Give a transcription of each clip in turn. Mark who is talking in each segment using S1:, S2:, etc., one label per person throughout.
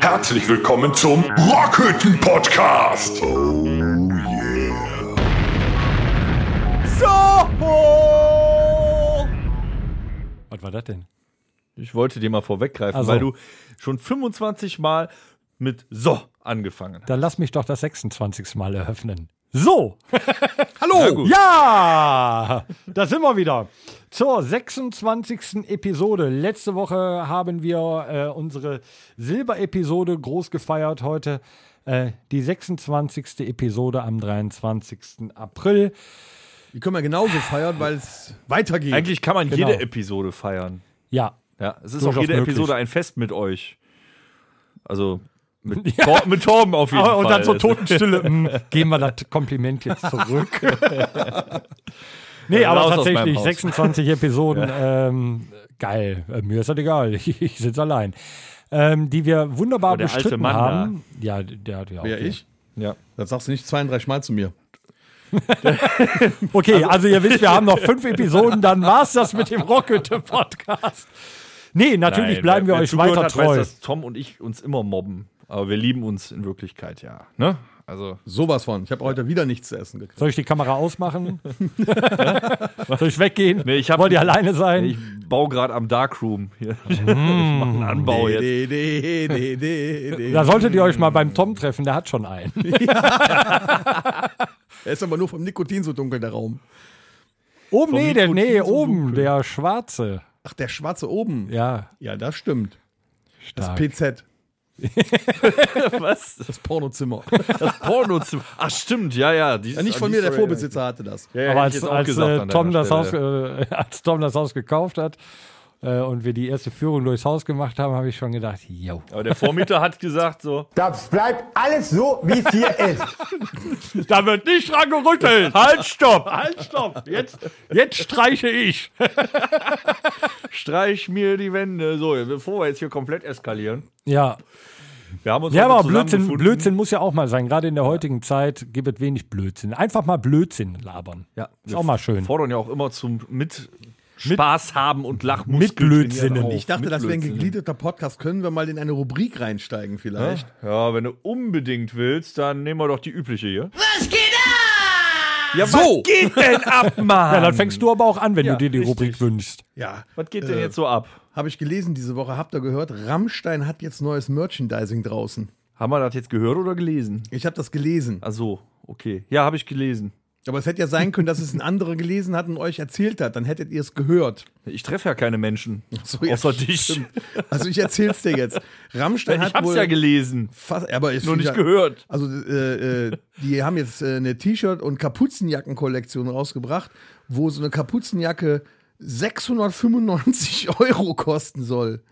S1: Herzlich willkommen zum Rockhütten Podcast. Oh yeah.
S2: So!
S3: Was war das denn?
S2: Ich wollte dir mal vorweggreifen,
S3: Ach so.
S2: weil du schon 25 Mal mit so angefangen hast.
S3: Dann lass mich doch das 26. Mal eröffnen. So!
S2: Hallo! Ja,
S3: Ja! Da sind wir wieder. Zur 26. Episode. Letzte Woche haben wir äh, unsere Silberepisode groß gefeiert. Heute äh, die 26. Episode am 23. April.
S4: Die können wir genauso feiern, weil es weitergeht.
S2: Eigentlich kann man
S3: Genau.
S2: jede Episode feiern.
S3: Ja.
S2: Ja, es ist
S3: Durchaus
S2: auch jede
S3: möglich.
S2: Episode ein Fest mit euch. Also mit, Tor mit Torben auf jeden Fall.
S3: Oh, Und dann so Totenstille. Hm, Geben wir das Kompliment jetzt zurück. nee,
S2: Ja, raus
S3: aber
S2: aus meinem
S3: tatsächlich
S2: Haus.
S3: 26 Episoden. Ähm, geil. Äh, Mir ist das egal. Ich sitze allein. Ähm, die wir wunderbar
S2: Oh, der alte
S3: bestritten
S2: Mann da.
S3: haben. Ja, der hat ja auch.
S4: Wer ich?
S2: Ja.
S4: Das sagst du nicht 32 Mal zu mir.
S3: Okay, also, ihr wisst, wir haben noch fünf Episoden, dann war's das mit dem Rockhütte-Podcast. Nee, natürlich
S2: Nein,
S3: bleiben wir
S2: wer- wer
S3: euch
S2: zugehört
S3: weiter
S2: hat,
S3: treu.
S2: Weiß, dass Tom und ich uns immer mobben. Aber wir lieben uns in Wirklichkeit, ja. Ne? Also,
S4: Sowas von. Ich habe heute wieder nichts zu essen gekriegt.
S3: Soll ich die Kamera ausmachen? Soll ich weggehen?
S2: Nee, ich hab-
S3: Wollt ihr alleine sein?
S2: ich baue gerade am Darkroom hier.
S3: Hm.
S2: ich mache einen Anbau Oh, jetzt.
S4: De, de, de, de, de.
S3: Da solltet ihr euch mal beim Tom treffen, der hat schon einen.
S4: Er ist aber nur vom Nikotin so dunkel, der Raum.
S3: Oben, nee, der,
S2: Nikotin
S3: nee,
S2: zum
S3: oben, der schwarze.
S4: Ach, der schwarze oben.
S3: Ja,
S4: Ja, das stimmt. Das
S3: stark.
S4: PZ,
S2: Was?
S4: das Pornozimmer.
S2: Das Pornozimmer. Ach, stimmt, ja, ja. die-
S4: Ja, nicht von
S2: die
S4: mir, der
S2: Story-
S4: Vorbesitzer hatte das.
S2: Ja, ja,
S3: Aber
S2: hätte
S3: als,
S2: ich jetzt auch
S3: als,
S2: gesagt
S3: äh,
S2: an
S3: Tom
S2: deiner
S3: das Haus,
S2: Stelle.
S3: äh, als Tom das Haus gekauft hat äh, und wir die erste Führung durchs Haus gemacht haben, habe ich schon gedacht, yo.
S2: Aber der Vormieter hat gesagt so,
S5: Das bleibt alles so, wie es hier ist.
S3: Da wird nicht dran gerüttelt. halt, stopp, halt, stopp. Jetzt, jetzt streiche ich.
S2: streich mir die Wände. So, bevor wir jetzt hier komplett eskalieren.
S3: Ja,
S2: Wir haben uns
S3: ja
S2: heute
S3: aber Blödsinn,
S2: zusammengefunden.
S3: Blödsinn muss ja auch mal sein. Gerade in der heutigen Zeit gibt es wenig Blödsinn. Einfach mal Blödsinn labern.
S2: Ja,
S3: Ist auch mal schön.
S2: fordern ja auch immer zum mit Spaß haben und Lachmuskeln.
S3: Mit Blödsinn.
S2: trainieren auch.
S4: Ich dachte,
S2: Mit
S4: das wäre ein
S2: Blödsinn.
S4: gegliederter Podcast. Können wir mal in eine Rubrik reinsteigen vielleicht?
S2: Ja, wenn du unbedingt willst, dann nehmen wir doch die übliche hier.
S6: Was geht ab?
S1: Genau!
S2: Ja,
S4: So.
S2: was geht denn ab, Mann?
S3: Ja, dann fängst du aber auch an, wenn
S2: Ja,
S3: du dir die
S2: richtig.
S3: Rubrik wünschst.
S4: Ja.
S2: Was geht
S4: Äh.
S2: denn jetzt so ab?
S4: Habe ich gelesen diese Woche, habt ihr gehört, Rammstein hat jetzt neues Merchandising draußen.
S2: Haben wir das jetzt gehört oder gelesen?
S4: Ich habe das gelesen.
S2: Ach so, okay. Ja, habe ich gelesen.
S4: Aber es hätte ja sein können, dass es ein anderer gelesen hat und euch erzählt hat. Dann hättet ihr es gehört.
S2: Ich treffe ja keine Menschen.
S4: So, ja,
S2: außer dich.
S4: stimmt. Also ich erzähl's dir jetzt. Rammstein
S2: Ich
S4: hat
S2: hab's
S4: wohl
S2: ja gelesen.
S4: fast, aber ich
S2: Nur
S4: find
S2: nicht
S4: ja-
S2: gehört.
S4: Also äh, äh, die haben jetzt äh, eine T-Shirt und Kapuzenjacken-Kollektion rausgebracht, wo so eine Kapuzenjacke 695 Euro kosten soll.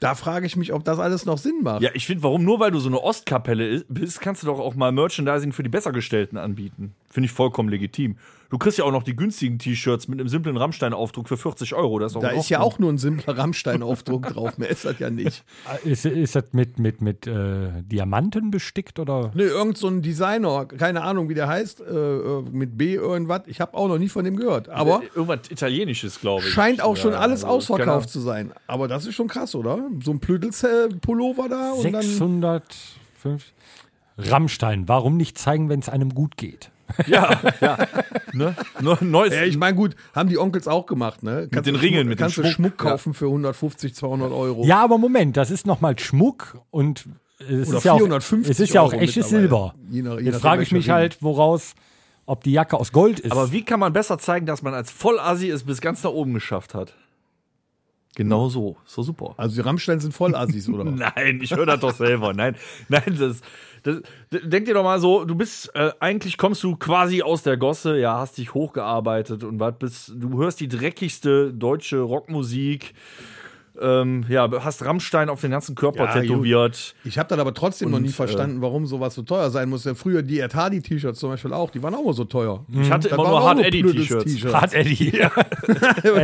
S4: Da frage ich mich, ob das alles noch Sinn macht.
S2: Ja, ich finde, warum nur weil du so eine Ostkapelle is- bist, kannst du doch auch mal Merchandising für die Bessergestellten anbieten. Finde ich vollkommen legitim. Du kriegst ja auch noch die günstigen T-Shirts mit einem simplen Rammstein-Aufdruck für 40 Euro. Das ist auch
S4: da
S2: in
S4: ist ja
S2: Ordnung.
S4: auch nur ein simpler Rammstein-Aufdruck drauf. Mehr ist das ja nicht.
S3: Äh, Ist, ist das mit, mit, mit äh, Diamanten bestickt oder?
S4: Ne, irgend so ein Designer, keine Ahnung, wie der heißt, äh, äh, mit B irgendwas. Ich habe auch noch nie von dem gehört. Aber
S2: Äh, Irgendwas Italienisches, glaube ich.
S4: scheint auch schon
S2: Ja,
S4: alles
S2: also, keine Ahnung.
S4: ausverkauft zu sein. Aber das ist schon krass, oder? So ein Plödels-Pullover da und dann.
S3: 605. Rammstein, warum nicht zeigen, wenn es einem gut geht?
S2: Ja, ja. Ne? Ne- Neues.
S4: Ja, ich meine, gut, haben die Onkels auch gemacht, ne? Kannst
S2: den
S4: du
S2: Ringen,
S4: Schmuck-
S2: mit dem
S4: Kannst du
S2: Schmuck,
S4: Schmuck
S2: ja.
S4: kaufen für 150, 200 Euro.
S3: Ja, aber Moment, das ist nochmal Schmuck und es
S4: Oder
S3: ist ja auch,
S4: 450
S3: es ist ja auch
S4: Euro
S3: echtes
S4: mittlerweile.
S3: Silber.
S4: Je nach- je
S3: Jetzt
S4: nachdem,
S3: frage ich
S4: welcher
S3: mich
S4: Ring.
S3: halt, woraus, ob die Jacke aus Gold ist.
S2: Aber wie kann man besser zeigen, dass man als Vollassi es bis ganz nach oben geschafft hat? Genau so. So super.
S4: Also die Rammstein sind Vollassis, oder?
S2: Nein, ich höre das doch selber. Nein, nein, das, das, denk dir doch mal so, du bist, äh, eigentlich kommst du quasi aus der Gosse, ja, hast dich hochgearbeitet und was bist, du hörst die dreckigste deutsche Rockmusik, ähm, ja, hast Rammstein auf den ganzen Körper
S4: Ja,
S2: tätowiert.
S4: Ich habe dann aber trotzdem noch
S2: äh,
S4: nie verstanden, warum sowas so teuer sein muss. Denn früher die Atari-T-Shirts zum Beispiel auch, die waren auch immer so teuer.
S2: Ich hatte
S4: Das
S2: immer
S4: Hm.
S2: nur
S4: waren auch
S2: Hard Eddie T-Shirts.
S4: Plödels-T-Shirts.
S3: hat Eddie. Ja.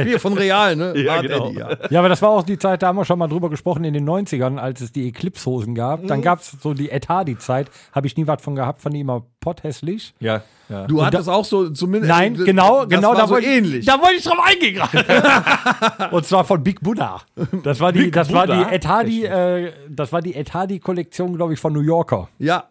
S4: Wir von Real, ne?
S2: Ja,
S4: Hard
S2: genau.
S4: Eddie, ja.
S3: aber das war auch die Zeit, da haben wir schon mal drüber gesprochen, in den
S4: Mhm.
S3: 90ern, als es die Eclipse-Hosen gab. Dann gab es so die Etadi-Zeit, habe ich nie was von gehabt, fand ich immer potthässlich.
S2: Ja, ja.
S4: Du hattest auch so zumindest.
S3: Nein,
S4: Äh, das
S3: genau, genau,
S4: war
S3: da
S4: so
S3: wollte
S4: ähnlich.
S3: Da wollte ich drauf eingehen gerade. Und zwar von Big Buddha. Das war die,
S2: Big
S3: das war die
S2: Buddha?
S3: Ed Hardy, äh, das war die Ed Hardy Kollektion, glaube ich, von New Yorker.
S4: ja,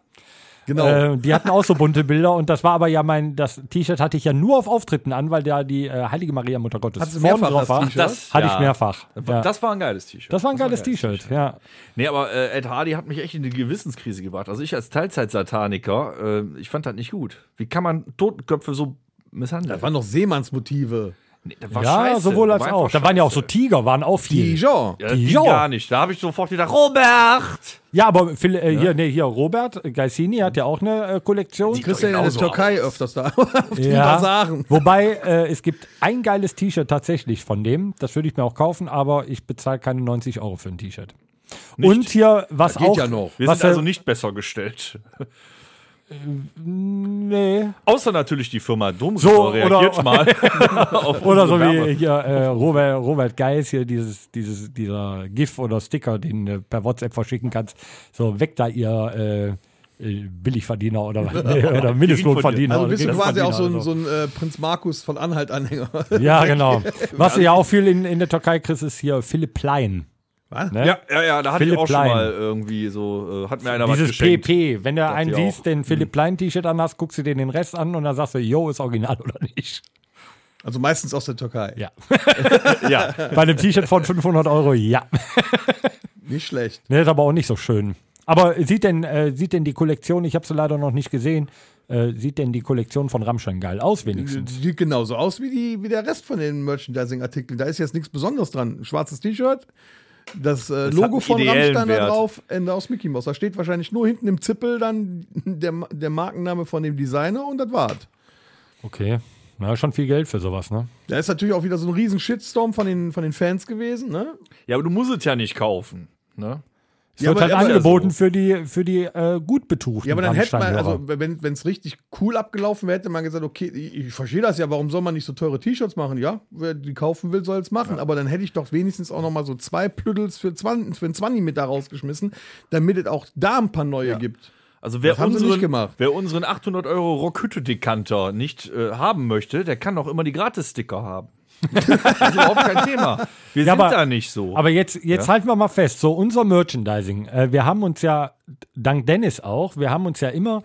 S4: genau.
S3: Äh, die hatten auch so bunte Bilder und das war aber ja mein, das T-Shirt hatte ich ja nur auf Auftritten an, weil da die äh, Heilige Maria Mutter Gottes
S4: Hattest du
S3: vorne
S4: mehrfach das T-Shirt?
S2: Das-
S3: hatte
S2: ja.
S3: ich mehrfach. Ja. Das,
S2: Das war ein geiles T-Shirt.
S3: war ein geiles T-Shirt, ja.
S2: Nee, aber äh, Ed Hardy hat mich echt in eine Gewissenskrise gebracht. Also ich als Teilzeit-Sataniker, äh, ich fand das nicht gut. Wie kann man Totenköpfe so misshandeln?
S4: das waren doch Seemannsmotive.
S2: Nee, das war
S3: ja,
S2: scheiße.
S3: sowohl
S2: Das
S3: als
S2: war
S3: auch.
S2: einfach
S3: Da waren ja auch so
S2: scheiße.
S3: Tiger, waren auch viel.
S4: Die Jean.
S2: Ja, das ging
S3: Jo.
S2: gar nicht. Da habe ich sofort gedacht, Robert!
S3: Ja, aber Phil, äh, hier, nee, hier Robert Geissini hat ja auch eine äh, Kollektion.
S4: Die kriegst du ja in der
S2: genauso
S4: Türkei öfters da. Auf Also den Basaren.
S3: Wobei, äh, es gibt ein geiles T-Shirt tatsächlich von dem. Das würde ich mir auch kaufen, aber ich bezahle keine 90 Euro für ein T-Shirt. Und hier, was
S4: geht
S3: auch.
S4: ja noch.
S2: Wir
S3: was
S2: sind also
S3: äh,
S2: nicht besser gestellt.
S3: nee.
S2: Außer natürlich die Firma Dumm
S3: So,
S2: reagiert
S3: oder-
S2: mal. auf
S3: Oder
S2: unsere
S3: so
S2: Wärme.
S3: wie hier äh, Robert, Robert Geis hier, dieses, dieses, dieser GIF oder Sticker, den du per WhatsApp verschicken kannst. So, weg da ihr äh, äh, Billigverdiener oder, nee, oder Mindestlohnverdiener.
S4: Also
S3: oder
S4: bist du quasi
S3: Geringverdiener
S4: auch so ein,
S3: oder
S4: so ein äh, Prinz Markus von Anhalt-Anhänger.
S3: Ja, genau. Was du ja auch viel in, in der Türkei kriegst, ist hier Philipp Plein.
S4: Was?
S3: Ne?
S2: Ja, ja, ja, da hatte ich
S3: Philipp
S2: auch
S3: Lein.
S2: schon mal irgendwie so, äh, hat mir einer was
S3: Dieses
S2: geschenkt.
S3: PP, wenn du einen
S2: die auch. Mhm.
S3: siehst, den Philipp Plein-T-Shirt anhast, guckst du dir den Rest an und dann sagst du, yo, ist original oder nicht.
S4: Also meistens aus der Türkei.
S3: Ja. ja. Bei einem T-Shirt von 500 Euro, ja.
S4: Nicht schlecht.
S3: Ne, ist aber auch nicht so schön. Aber sieht denn, äh, sieht denn die Kollektion, ich habe sie leider noch nicht gesehen, äh, sieht denn die Kollektion von Rammstein geil aus wenigstens?
S4: Sieht genauso aus wie, die, wie der Rest von den Merchandising-Artikeln. Da ist jetzt nichts Besonderes dran. Ein schwarzes T-Shirt, das, äh,
S2: hat
S4: Logo
S2: einen
S4: von
S2: ideellen
S4: Rammstein da
S2: Wert.
S4: drauf, Ende aus Mickey Mouse. Da steht wahrscheinlich nur hinten im Zippel dann der, der Markenname von dem Designer und das war's.
S3: Okay. Na, schon viel Geld für sowas, ne?
S4: Da ist natürlich auch wieder so ein riesen Shitstorm von den, von den Fans gewesen. Ne?
S2: Ja, aber du musst es ja nicht kaufen. Ne?
S3: Es
S4: Ja,
S3: wird
S4: aber-
S3: halt
S4: aber-
S3: angeboten für die, für die äh, gut betuchten
S4: Ja, aber dann hätte man,
S3: Rammstein-Hörer.
S4: also wenn es richtig cool abgelaufen wäre, hätte man gesagt, okay, ich, ich verstehe das ja, warum soll man nicht so teure T-Shirts machen? Ja, wer die kaufen will, soll es machen. Aber dann hätte ich doch wenigstens auch nochmal so zwei Plüddels für, 20, für ein 20 mit da rausgeschmissen, damit es auch da ein paar neue gibt.
S2: Also wer
S4: Das haben sie nicht
S2: unseren,
S4: gemacht.
S2: wer unseren 800 Euro Rockhütte-Dekanter nicht äh, haben möchte, der kann auch immer die Gratis-Sticker haben. das ist überhaupt kein Thema. Wir sind
S3: aber-
S2: da nicht so.
S3: Aber jetzt, jetzt halten wir mal fest, so unser Merchandising. Äh, wir haben uns ja, dank Dennis auch, wir haben uns ja immer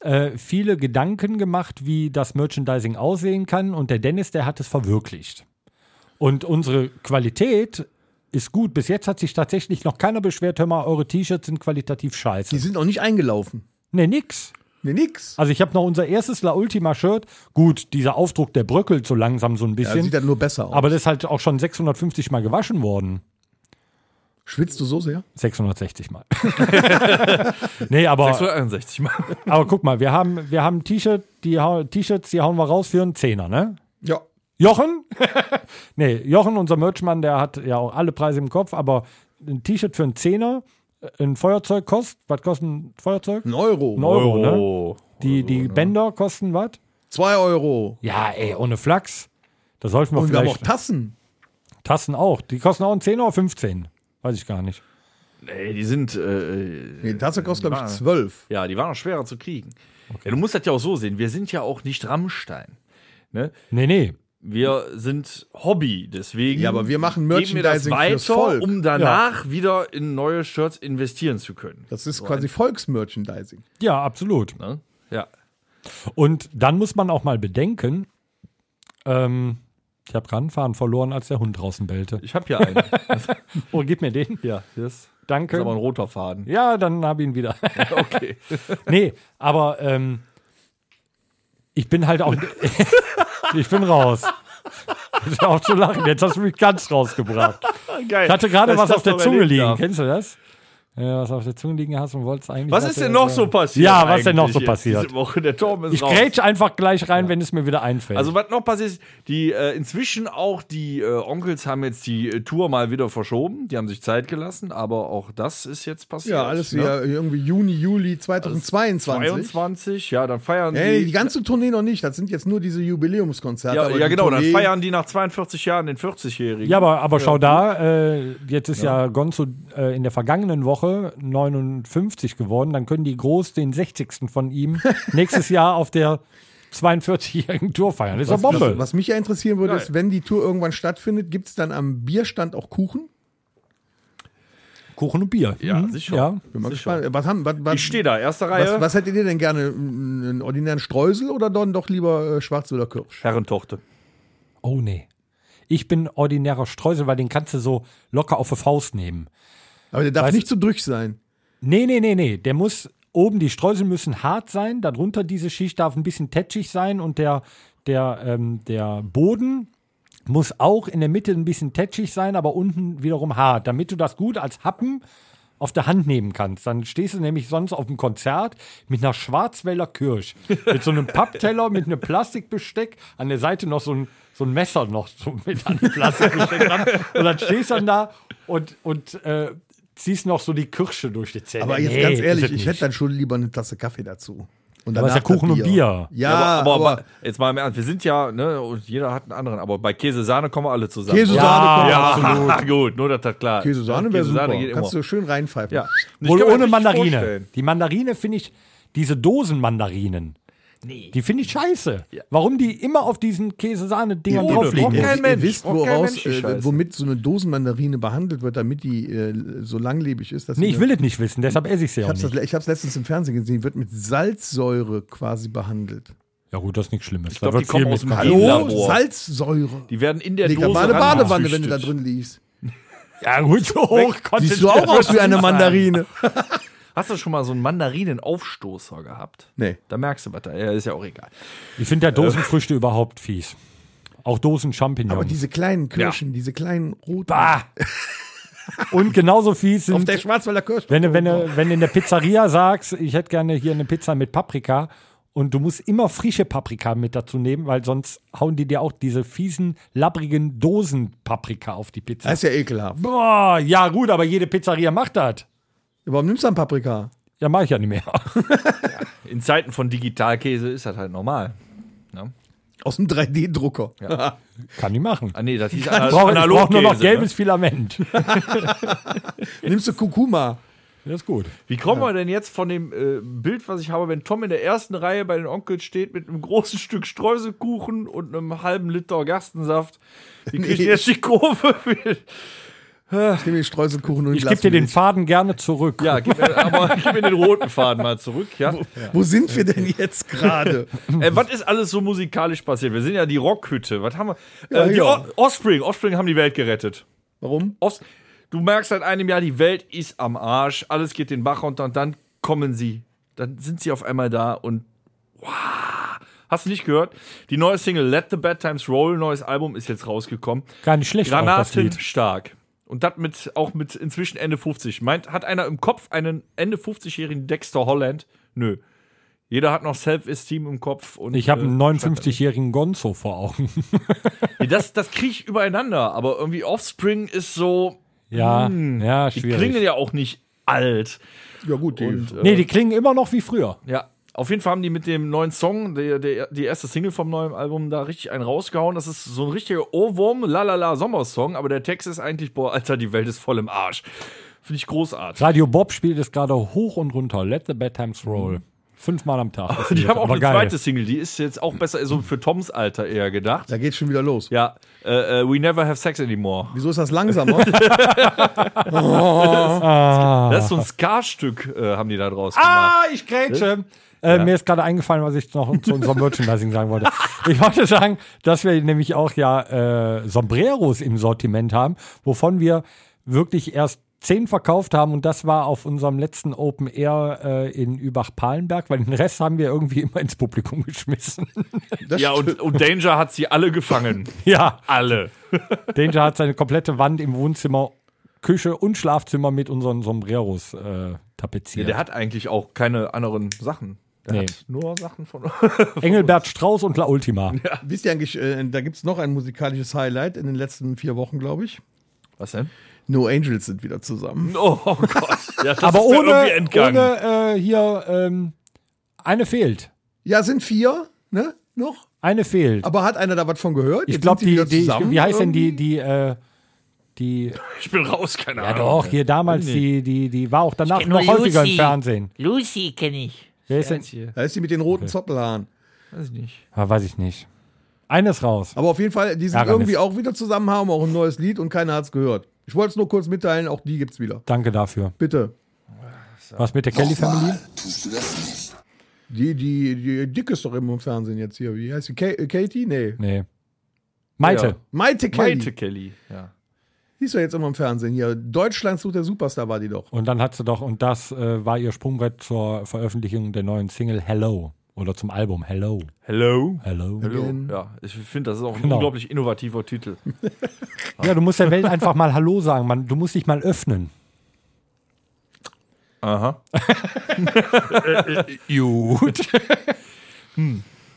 S3: äh, viele Gedanken gemacht, wie das Merchandising aussehen kann. Und der Dennis, der hat es verwirklicht. Und unsere Qualität ist gut. Bis jetzt hat sich tatsächlich noch keiner beschwert, hör mal, eure T-Shirts sind qualitativ
S4: Die
S3: scheiße.
S4: sind auch nicht eingelaufen.
S3: Nee, nix.
S4: Nee, nix.
S3: Also ich habe noch unser erstes La Ultima-Shirt. Gut, dieser Aufdruck, der bröckelt so langsam so ein
S4: Ja,
S3: bisschen.
S4: sieht dann nur besser aus.
S3: aber das ist halt auch schon 650 Mal gewaschen worden.
S4: Schwitzt du so sehr?
S3: 660 Mal. nee, aber,
S2: 661 Mal.
S3: aber guck mal, wir haben, wir haben T-Shirt, die hau- T-Shirts, die hauen wir raus für einen Zehner, ne?
S4: Ja.
S3: Jochen? nee, Jochen, unser Merchmann, der hat ja auch alle Preise im Kopf, aber ein T-Shirt für einen Zehner, äh, ein Feuerzeug kostet, was kostet ein Feuerzeug?
S4: Ein Euro.
S3: Ein Euro, ne?
S2: Oh.
S3: Die, die Bänder kosten was?
S4: Zwei Euro.
S3: Ja, ey, ohne Flachs. Da sollten wir
S4: Und wir haben auch
S3: vielleicht.
S4: Tassen.
S3: Tassen auch. Die kosten auch einen Zehner oder 15. Weiß ich gar nicht.
S2: Ey, die sind, äh,
S4: Nee, die Tasse kostet, glaube
S2: Ah.
S4: ich, zwölf.
S2: ja, die waren noch schwerer zu kriegen. Ja, du musst das ja auch so sehen. Wir sind ja auch nicht Rammstein.
S3: Nee, nee.
S2: Wir sind Hobby, deswegen.
S4: Ja, aber wir machen
S2: geben wir das
S4: Merchandising fürs
S2: weiter,
S4: Volk.
S2: um danach wieder in neue Shirts investieren zu können.
S4: Das ist quasi Volksmerchandising.
S3: Ja, absolut.
S2: Ne? Ja.
S3: Und dann muss man auch mal bedenken, ähm, ich habe gerade einen Faden verloren, als der Hund draußen bellte.
S2: Ich habe hier einen.
S3: Oh, gib mir den. Ja,
S2: Das ist aber ein
S3: danke.
S2: roter Faden.
S3: Ja, dann habe ich ihn wieder.
S2: Okay.
S3: nee, aber ähm, ich bin halt auch. ich bin raus. Ist ja auch zu lachen. Jetzt hast du mich ganz rausgebracht.
S2: Geil.
S3: Ich hatte gerade
S2: Dass
S3: was
S2: ich
S3: auf der
S2: noch
S3: Zunge
S2: erleben
S3: liegen.
S2: darf.
S3: Kennst du das? Ja, was auf der Zunge liegen hast und wolltest eigentlich.
S2: Was ist denn noch so passiert?
S3: Ja, was denn noch
S2: eigentlich
S3: so
S2: jetzt
S3: passiert?
S2: Diese Woche der Torben ist
S3: Ich
S2: raus.
S3: grätsch einfach gleich rein, wenn es mir wieder einfällt.
S2: Also was noch passiert ist, die äh, inzwischen auch die äh, Onkels haben jetzt die äh, Tour mal wieder verschoben. Die haben sich Zeit gelassen, aber auch das ist jetzt passiert.
S4: Ja, alles
S2: ne?
S4: ja irgendwie Juni, Juli 2022.
S2: 22, ja, dann feiern
S4: Ey, die
S2: die.
S4: ganze Tournee noch nicht. Das sind jetzt nur diese Jubiläumskonzerte.
S2: Ja,
S4: aber
S2: ja
S4: die
S2: genau, dann
S4: Tournee-
S2: feiern die nach 42 Jahren den 40-Jährigen.
S3: Ja, aber, aber schau da, äh, jetzt ist ja, Gonzo äh, in der vergangenen Woche Woche 59 geworden. Dann können die groß den 60. von ihm nächstes Jahr auf der 42-jährigen Tour feiern. Das ist eine Bombe.
S4: Was mich ja interessieren würde, ist, wenn die Tour irgendwann stattfindet, gibt es dann am Bierstand auch Kuchen?
S3: Kuchen und Bier.
S2: Ja, sicher.
S3: Mhm. Ja.
S4: Bin mal gespannt. Was, haben, was, was,
S2: Ich stehe da, erste Reihe.
S4: mhm, was, was hättet ihr denn gerne? Einen ordinären Streusel oder dann doch lieber äh, Schwarz oder Kirsch?
S2: Herrentochter.
S3: Oh nee. Ich bin ordinärer Streusel, weil den kannst du so locker auf die Faust nehmen.
S4: Aber der darf
S3: Weiß-
S4: nicht zu durch sein.
S3: Nee, nee, nee, nee. Der muss oben, die Streusel müssen hart sein, darunter diese Schicht darf ein bisschen tätschig sein und der, der, ähm, der Boden muss auch in der Mitte ein bisschen tätschig sein, aber unten wiederum hart, damit du das gut als Happen auf der Hand nehmen kannst. Dann stehst du nämlich sonst auf dem Konzert mit einer Schwarzwälder Kirsch. Mit so einem Pappteller, mit einem Plastikbesteck, an der Seite noch so ein, so ein Messer noch so mit an dem Plastikbesteck dran. Und dann stehst du dann da und, und äh, ziehst noch so die Kirsche durch die Zähne.
S4: Aber jetzt
S3: Nee,
S4: ganz
S3: ist
S4: ehrlich,
S3: es
S4: ich
S3: nicht.
S4: hätte dann schon lieber eine Tasse Kaffee dazu. Und
S3: Aber ist ja
S4: danach das
S3: Kuchen und Bier.
S4: Ja,
S2: aber, aber, aber jetzt mal im Ernst, wir sind ja, ne, und jeder hat einen anderen, aber bei Käse-Sahne kommen wir alle zusammen.
S4: Käse Sahne
S2: ja,
S4: kommt absolut.
S2: gut, nur dass das klar ist.
S4: Käsesahne wäre super.
S2: geht immer.
S4: Kannst du schön reinpfeifen.
S2: ja. Ich
S3: Wohl
S2: kann mir
S3: ohne
S2: richtig
S3: Mandarine.
S2: vorstellen.
S3: Die Mandarine finde ich, diese Dosenmandarinen. Nee. Die finde ich scheiße. Warum die immer auf diesen Käse-Sahne-Dingern
S2: Ohne,
S3: draufliegen?
S2: braucht
S4: Ihr,
S2: kein
S4: ihr
S2: Mensch,
S4: wisst,
S2: braucht kein
S4: woraus,
S2: Mensch die
S4: äh,
S2: Scheiße.
S4: womit so eine Dosenmandarine behandelt wird, damit die äh, so langlebig ist. Dass
S3: Nee,
S4: sie
S3: ich
S4: eine-
S3: will es nicht wissen, deshalb esse ich sie
S4: Ich
S3: auch
S4: hab's, das,
S3: nicht.
S4: ich hab's letztens im Fernsehen gesehen, wird mit Salzsäure quasi behandelt.
S3: Ja gut, das ist nichts Schlimmes. Ich
S2: glaub, die kommen aus dem Hallo? Labor.
S4: Salzsäuere.
S2: Die werden in der
S4: Digga,
S2: Dose
S4: war eine Badewanne,
S2: rangezüchtet.
S4: wenn du da drin liegst.
S3: Ja gut, so hoch konnte
S4: Siehst du auch aus wie eine Mandarine.
S2: Hast du schon mal so einen Mandarinen-Aufstoßer gehabt?
S4: Nee.
S2: Da merkst du was da, ja, ist ja auch egal.
S3: Ich finde ja Dosenfrüchte überhaupt fies. Auch Dosen-Champignons.
S4: Aber diese kleinen Kirschen, diese kleinen roten.
S3: Bah! Und genauso fies
S4: Auf
S3: sind,
S4: der Schwarzwälder Kirsch.
S3: wenn, du- wenn, du- wenn du in der Pizzeria sagst, ich hätte gerne hier eine Pizza mit Paprika und du musst immer frische Paprika mit dazu nehmen, weil sonst hauen die dir auch diese fiesen, labbrigen Dosen-Paprika auf die Pizza.
S2: Also-
S4: Das ist ja ekelhaft.
S3: Boah, ja gut, aber jede Pizzeria macht das.
S4: Warum nimmst du dann Paprika?
S3: Ja, mache ich ja nicht mehr.
S2: In Zeiten von Digitalkäse ist das halt normal.
S4: Aus dem 3D-Drucker.
S3: Kann die machen.
S2: Ah, nee, das hieß
S3: Ich
S2: anal-
S3: brauche brauch nur noch
S2: Analogkäse, ne?
S3: gelbes Filament.
S4: Nimmst du Kurkuma?
S3: Das ist gut.
S2: Wie kommen wir denn jetzt von dem äh, Bild, was ich habe, wenn Tom in der ersten Reihe bei den Onkels steht mit einem großen Stück Streuselkuchen und einem halben Liter Gerstensaft? Wie kriegt
S4: Nee.
S2: ihr jetzt die Kurve?
S4: Ich nehme den Streuselkuchen und ein
S3: Ich
S4: Glas
S3: gebe dir den
S4: Milch.
S3: Faden gerne zurück.
S2: ja, gib mir, aber gib mir den roten Faden mal zurück. Ja?
S4: Wo sind wir denn jetzt gerade?
S2: Äh, was ist alles so musikalisch passiert? Wir sind ja die Rockhütte. Was haben wir? Äh, die
S4: ja.
S2: O- Offspring. Offspring haben die Welt gerettet.
S4: Warum?
S2: Offs du merkst seit einem Jahr, die Welt ist am Arsch. Alles geht den Bach runter und dann kommen sie. Dann sind sie auf einmal da und wow. Hast du nicht gehört? Die neue Single Let the Bad Times Roll, neues Album, ist jetzt rausgekommen.
S3: Gar nicht schlecht. auch, das Lied.
S2: Granatenstark. Und das mit auch mit inzwischen Ende 50. Meint, hat einer im Kopf einen Ende 50-jährigen Dexter Holland? Nö. Jeder hat noch Self-Esteem im Kopf. Und,
S3: Ich habe einen
S2: äh,
S3: 59-jährigen Gonzo vor Augen.
S2: nee, das, das kriege ich übereinander, aber irgendwie Offspring ist so.
S3: Ja, ja,
S2: Hm. Die
S3: schwierig.
S2: klingen ja auch nicht alt.
S4: Ja gut, die
S2: Und, äh,
S3: nee, die klingen immer noch wie früher.
S2: Ja, auf jeden Fall haben die mit dem neuen Song, der, der, die erste Single vom neuen Album, da richtig einen rausgehauen. Das ist so ein richtiger Ohrwurm, lalala Sommersong, aber der Text ist eigentlich, boah, Alter, die Welt ist voll im Arsch. Finde ich großartig.
S3: Radio Bob spielt es gerade hoch und runter. Let the Bad Times Roll. Fünfmal am Tag.
S2: Mhm. Die haben auch
S3: Aber
S2: eine zweite Single, die ist jetzt auch besser so für Toms Alter eher gedacht.
S4: da geht's schon wieder los.
S2: Ja, äh, äh, We Never Have Sex Anymore.
S4: Wieso ist das langsamer?
S2: Das ist so ein Ska-Stück, äh, haben die da draus gemacht.
S3: Ah, ich grätsche. Äh, Mir ist gerade eingefallen, was ich noch zu unserem Merchandising sagen wollte. Ich wollte sagen, dass wir nämlich auch ja äh, Sombreros im Sortiment haben, wovon wir wirklich erst zehn verkauft haben und das war auf unserem letzten Open Air äh, in Übach-Palenberg, weil den Rest haben wir irgendwie immer ins Publikum geschmissen.
S4: Das
S2: Ja, und,
S4: stimmt.
S2: und Danger hat sie alle gefangen.
S3: ja,
S2: Alle.
S3: Danger hat seine komplette Wand im Wohnzimmer, Küche und Schlafzimmer mit unseren Sombreros äh, tapeziert.
S2: Der hat eigentlich auch keine anderen Sachen. Der
S3: Nee.
S2: hat nur Sachen von
S3: Engelbert Strauß und La Ultima.
S4: Wisst ihr eigentlich, äh, da gibt's noch ein musikalisches Highlight in den letzten vier Wochen, glaube ich.
S2: Was denn?
S4: No Angels sind wieder zusammen.
S2: Oh, oh Gott. Ja, das
S3: Aber
S2: ist mir
S3: ohne,
S2: irgendwie entgangen.
S3: ohne äh, hier, ähm, eine fehlt.
S4: Ja, sind vier, ne? Noch?
S3: Eine fehlt.
S4: Aber hat einer da was von gehört?
S3: ich
S4: Jetzt
S3: glaube,
S4: sind sie
S3: die,
S4: wieder
S3: die
S4: zusammen
S3: wie heißt denn die,
S4: irgendwie?
S3: die, äh, Die,
S2: Ich bin raus, keine
S3: ja
S2: Ahnung.
S3: doch, hier damals, die, die, die war auch danach
S7: kenn nur
S3: noch häufiger im
S7: Lucy.
S3: Fernsehen.
S7: Lucy kenne ich.
S3: Wer ist denn?
S4: Da ist die mit den roten Zoppelhaaren.
S2: Weiß ich nicht.
S3: Ah, weiß ich nicht. Eines raus.
S4: Aber auf jeden Fall, die sind
S3: Ärgernis.
S4: irgendwie auch wieder zusammen, haben auch ein neues Lied und keiner hat's gehört. Ich wollte es nur kurz mitteilen, auch die gibt's wieder.
S3: Danke dafür.
S4: Bitte.
S3: Was mit der Kelly Family?
S4: Die, die, die Dick ist doch immer im Fernsehen jetzt hier. Wie heißt sie? Ka äh, Katie? Nee.
S3: Nee. Maite.
S2: Ja.
S4: Maite Kelly.
S2: Maite Kelly. Ja.
S4: Die ist doch jetzt immer im Fernsehen hier. Deutschland sucht der Superstar war die doch.
S3: Und dann hat sie doch, und das äh, war ihr Sprungbrett zur Veröffentlichung der neuen Single Hello. Oder zum Album Hello.
S2: Hello.
S3: Hello.
S2: Hallo. Ja, ich finde, das ist auch ein
S3: Genau.
S2: unglaublich innovativer Titel.
S3: Ja, du musst der Welt einfach mal Hallo sagen. Man, du musst dich mal öffnen.
S2: Aha. Gut.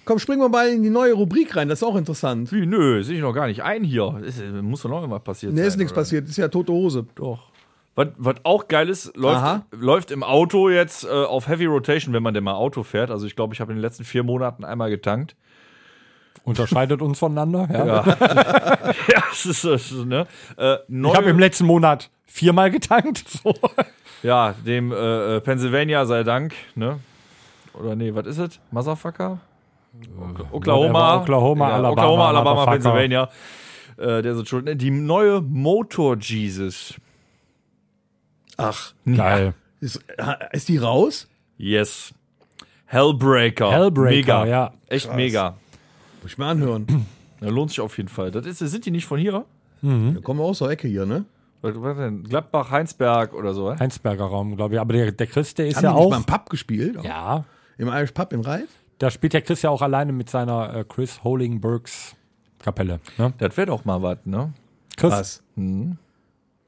S4: Komm, springen wir mal in die neue Rubrik rein. Das ist auch interessant.
S2: Wie, nö, sehe ich noch gar nicht ein hier. Ist, äh, muss doch noch irgendwas passiert
S4: Ne,
S2: sein.
S4: ist nichts
S2: oder?
S4: passiert. Ist ja tote Hose.
S2: Doch. Was, was auch geil ist, läuft,
S4: Aha.
S2: läuft im Auto jetzt äh, auf Heavy Rotation, wenn man denn mal Auto fährt. Also ich glaube, ich habe in den letzten vier Monaten einmal getankt.
S3: Unterscheidet uns voneinander. Ja.
S2: ja, es ist, es ist ne? Äh, neue,
S3: Ich habe im letzten Monat viermal getankt. So.
S2: ja, dem äh, äh, Pennsylvania sei Dank, ne? Oder nee, was ist es? Motherfucker? Oklahoma.
S3: Whatever, Oklahoma, Alabama,
S2: Oklahoma, Alabama,
S3: Motherfucker.
S2: Pennsylvania. Äh, der ist schon. Die neue Motor Jesus.
S4: Ach.
S3: Geil.
S4: Ist, äh, ist die raus?
S2: Yes. Hellbreaker.
S3: Hellbreaker,
S2: mega.
S3: ja.
S2: Echt mega.
S4: Muss ich mir anhören.
S2: Ja, lohnt sich auf jeden Fall. Das ist, sind die nicht von hier?
S3: Mhm.
S4: Da kommen wir aus der Ecke hier, ne?
S2: Was, was denn? Gladbach, Heinsberg oder so. hä?
S3: Heinsberger Raum, glaube ich. Aber der, der Chris, der ist
S4: Haben
S3: ja
S4: die nicht
S3: auch.
S4: mal im Pub gespielt?
S3: Ja.
S4: Im Irish Pub in Reit?
S3: Da spielt der Chris ja auch alleine mit seiner äh, Chris Hollingbergs Kapelle. Ne?
S2: Das wäre doch mal was, ne?
S3: Chris
S4: Was?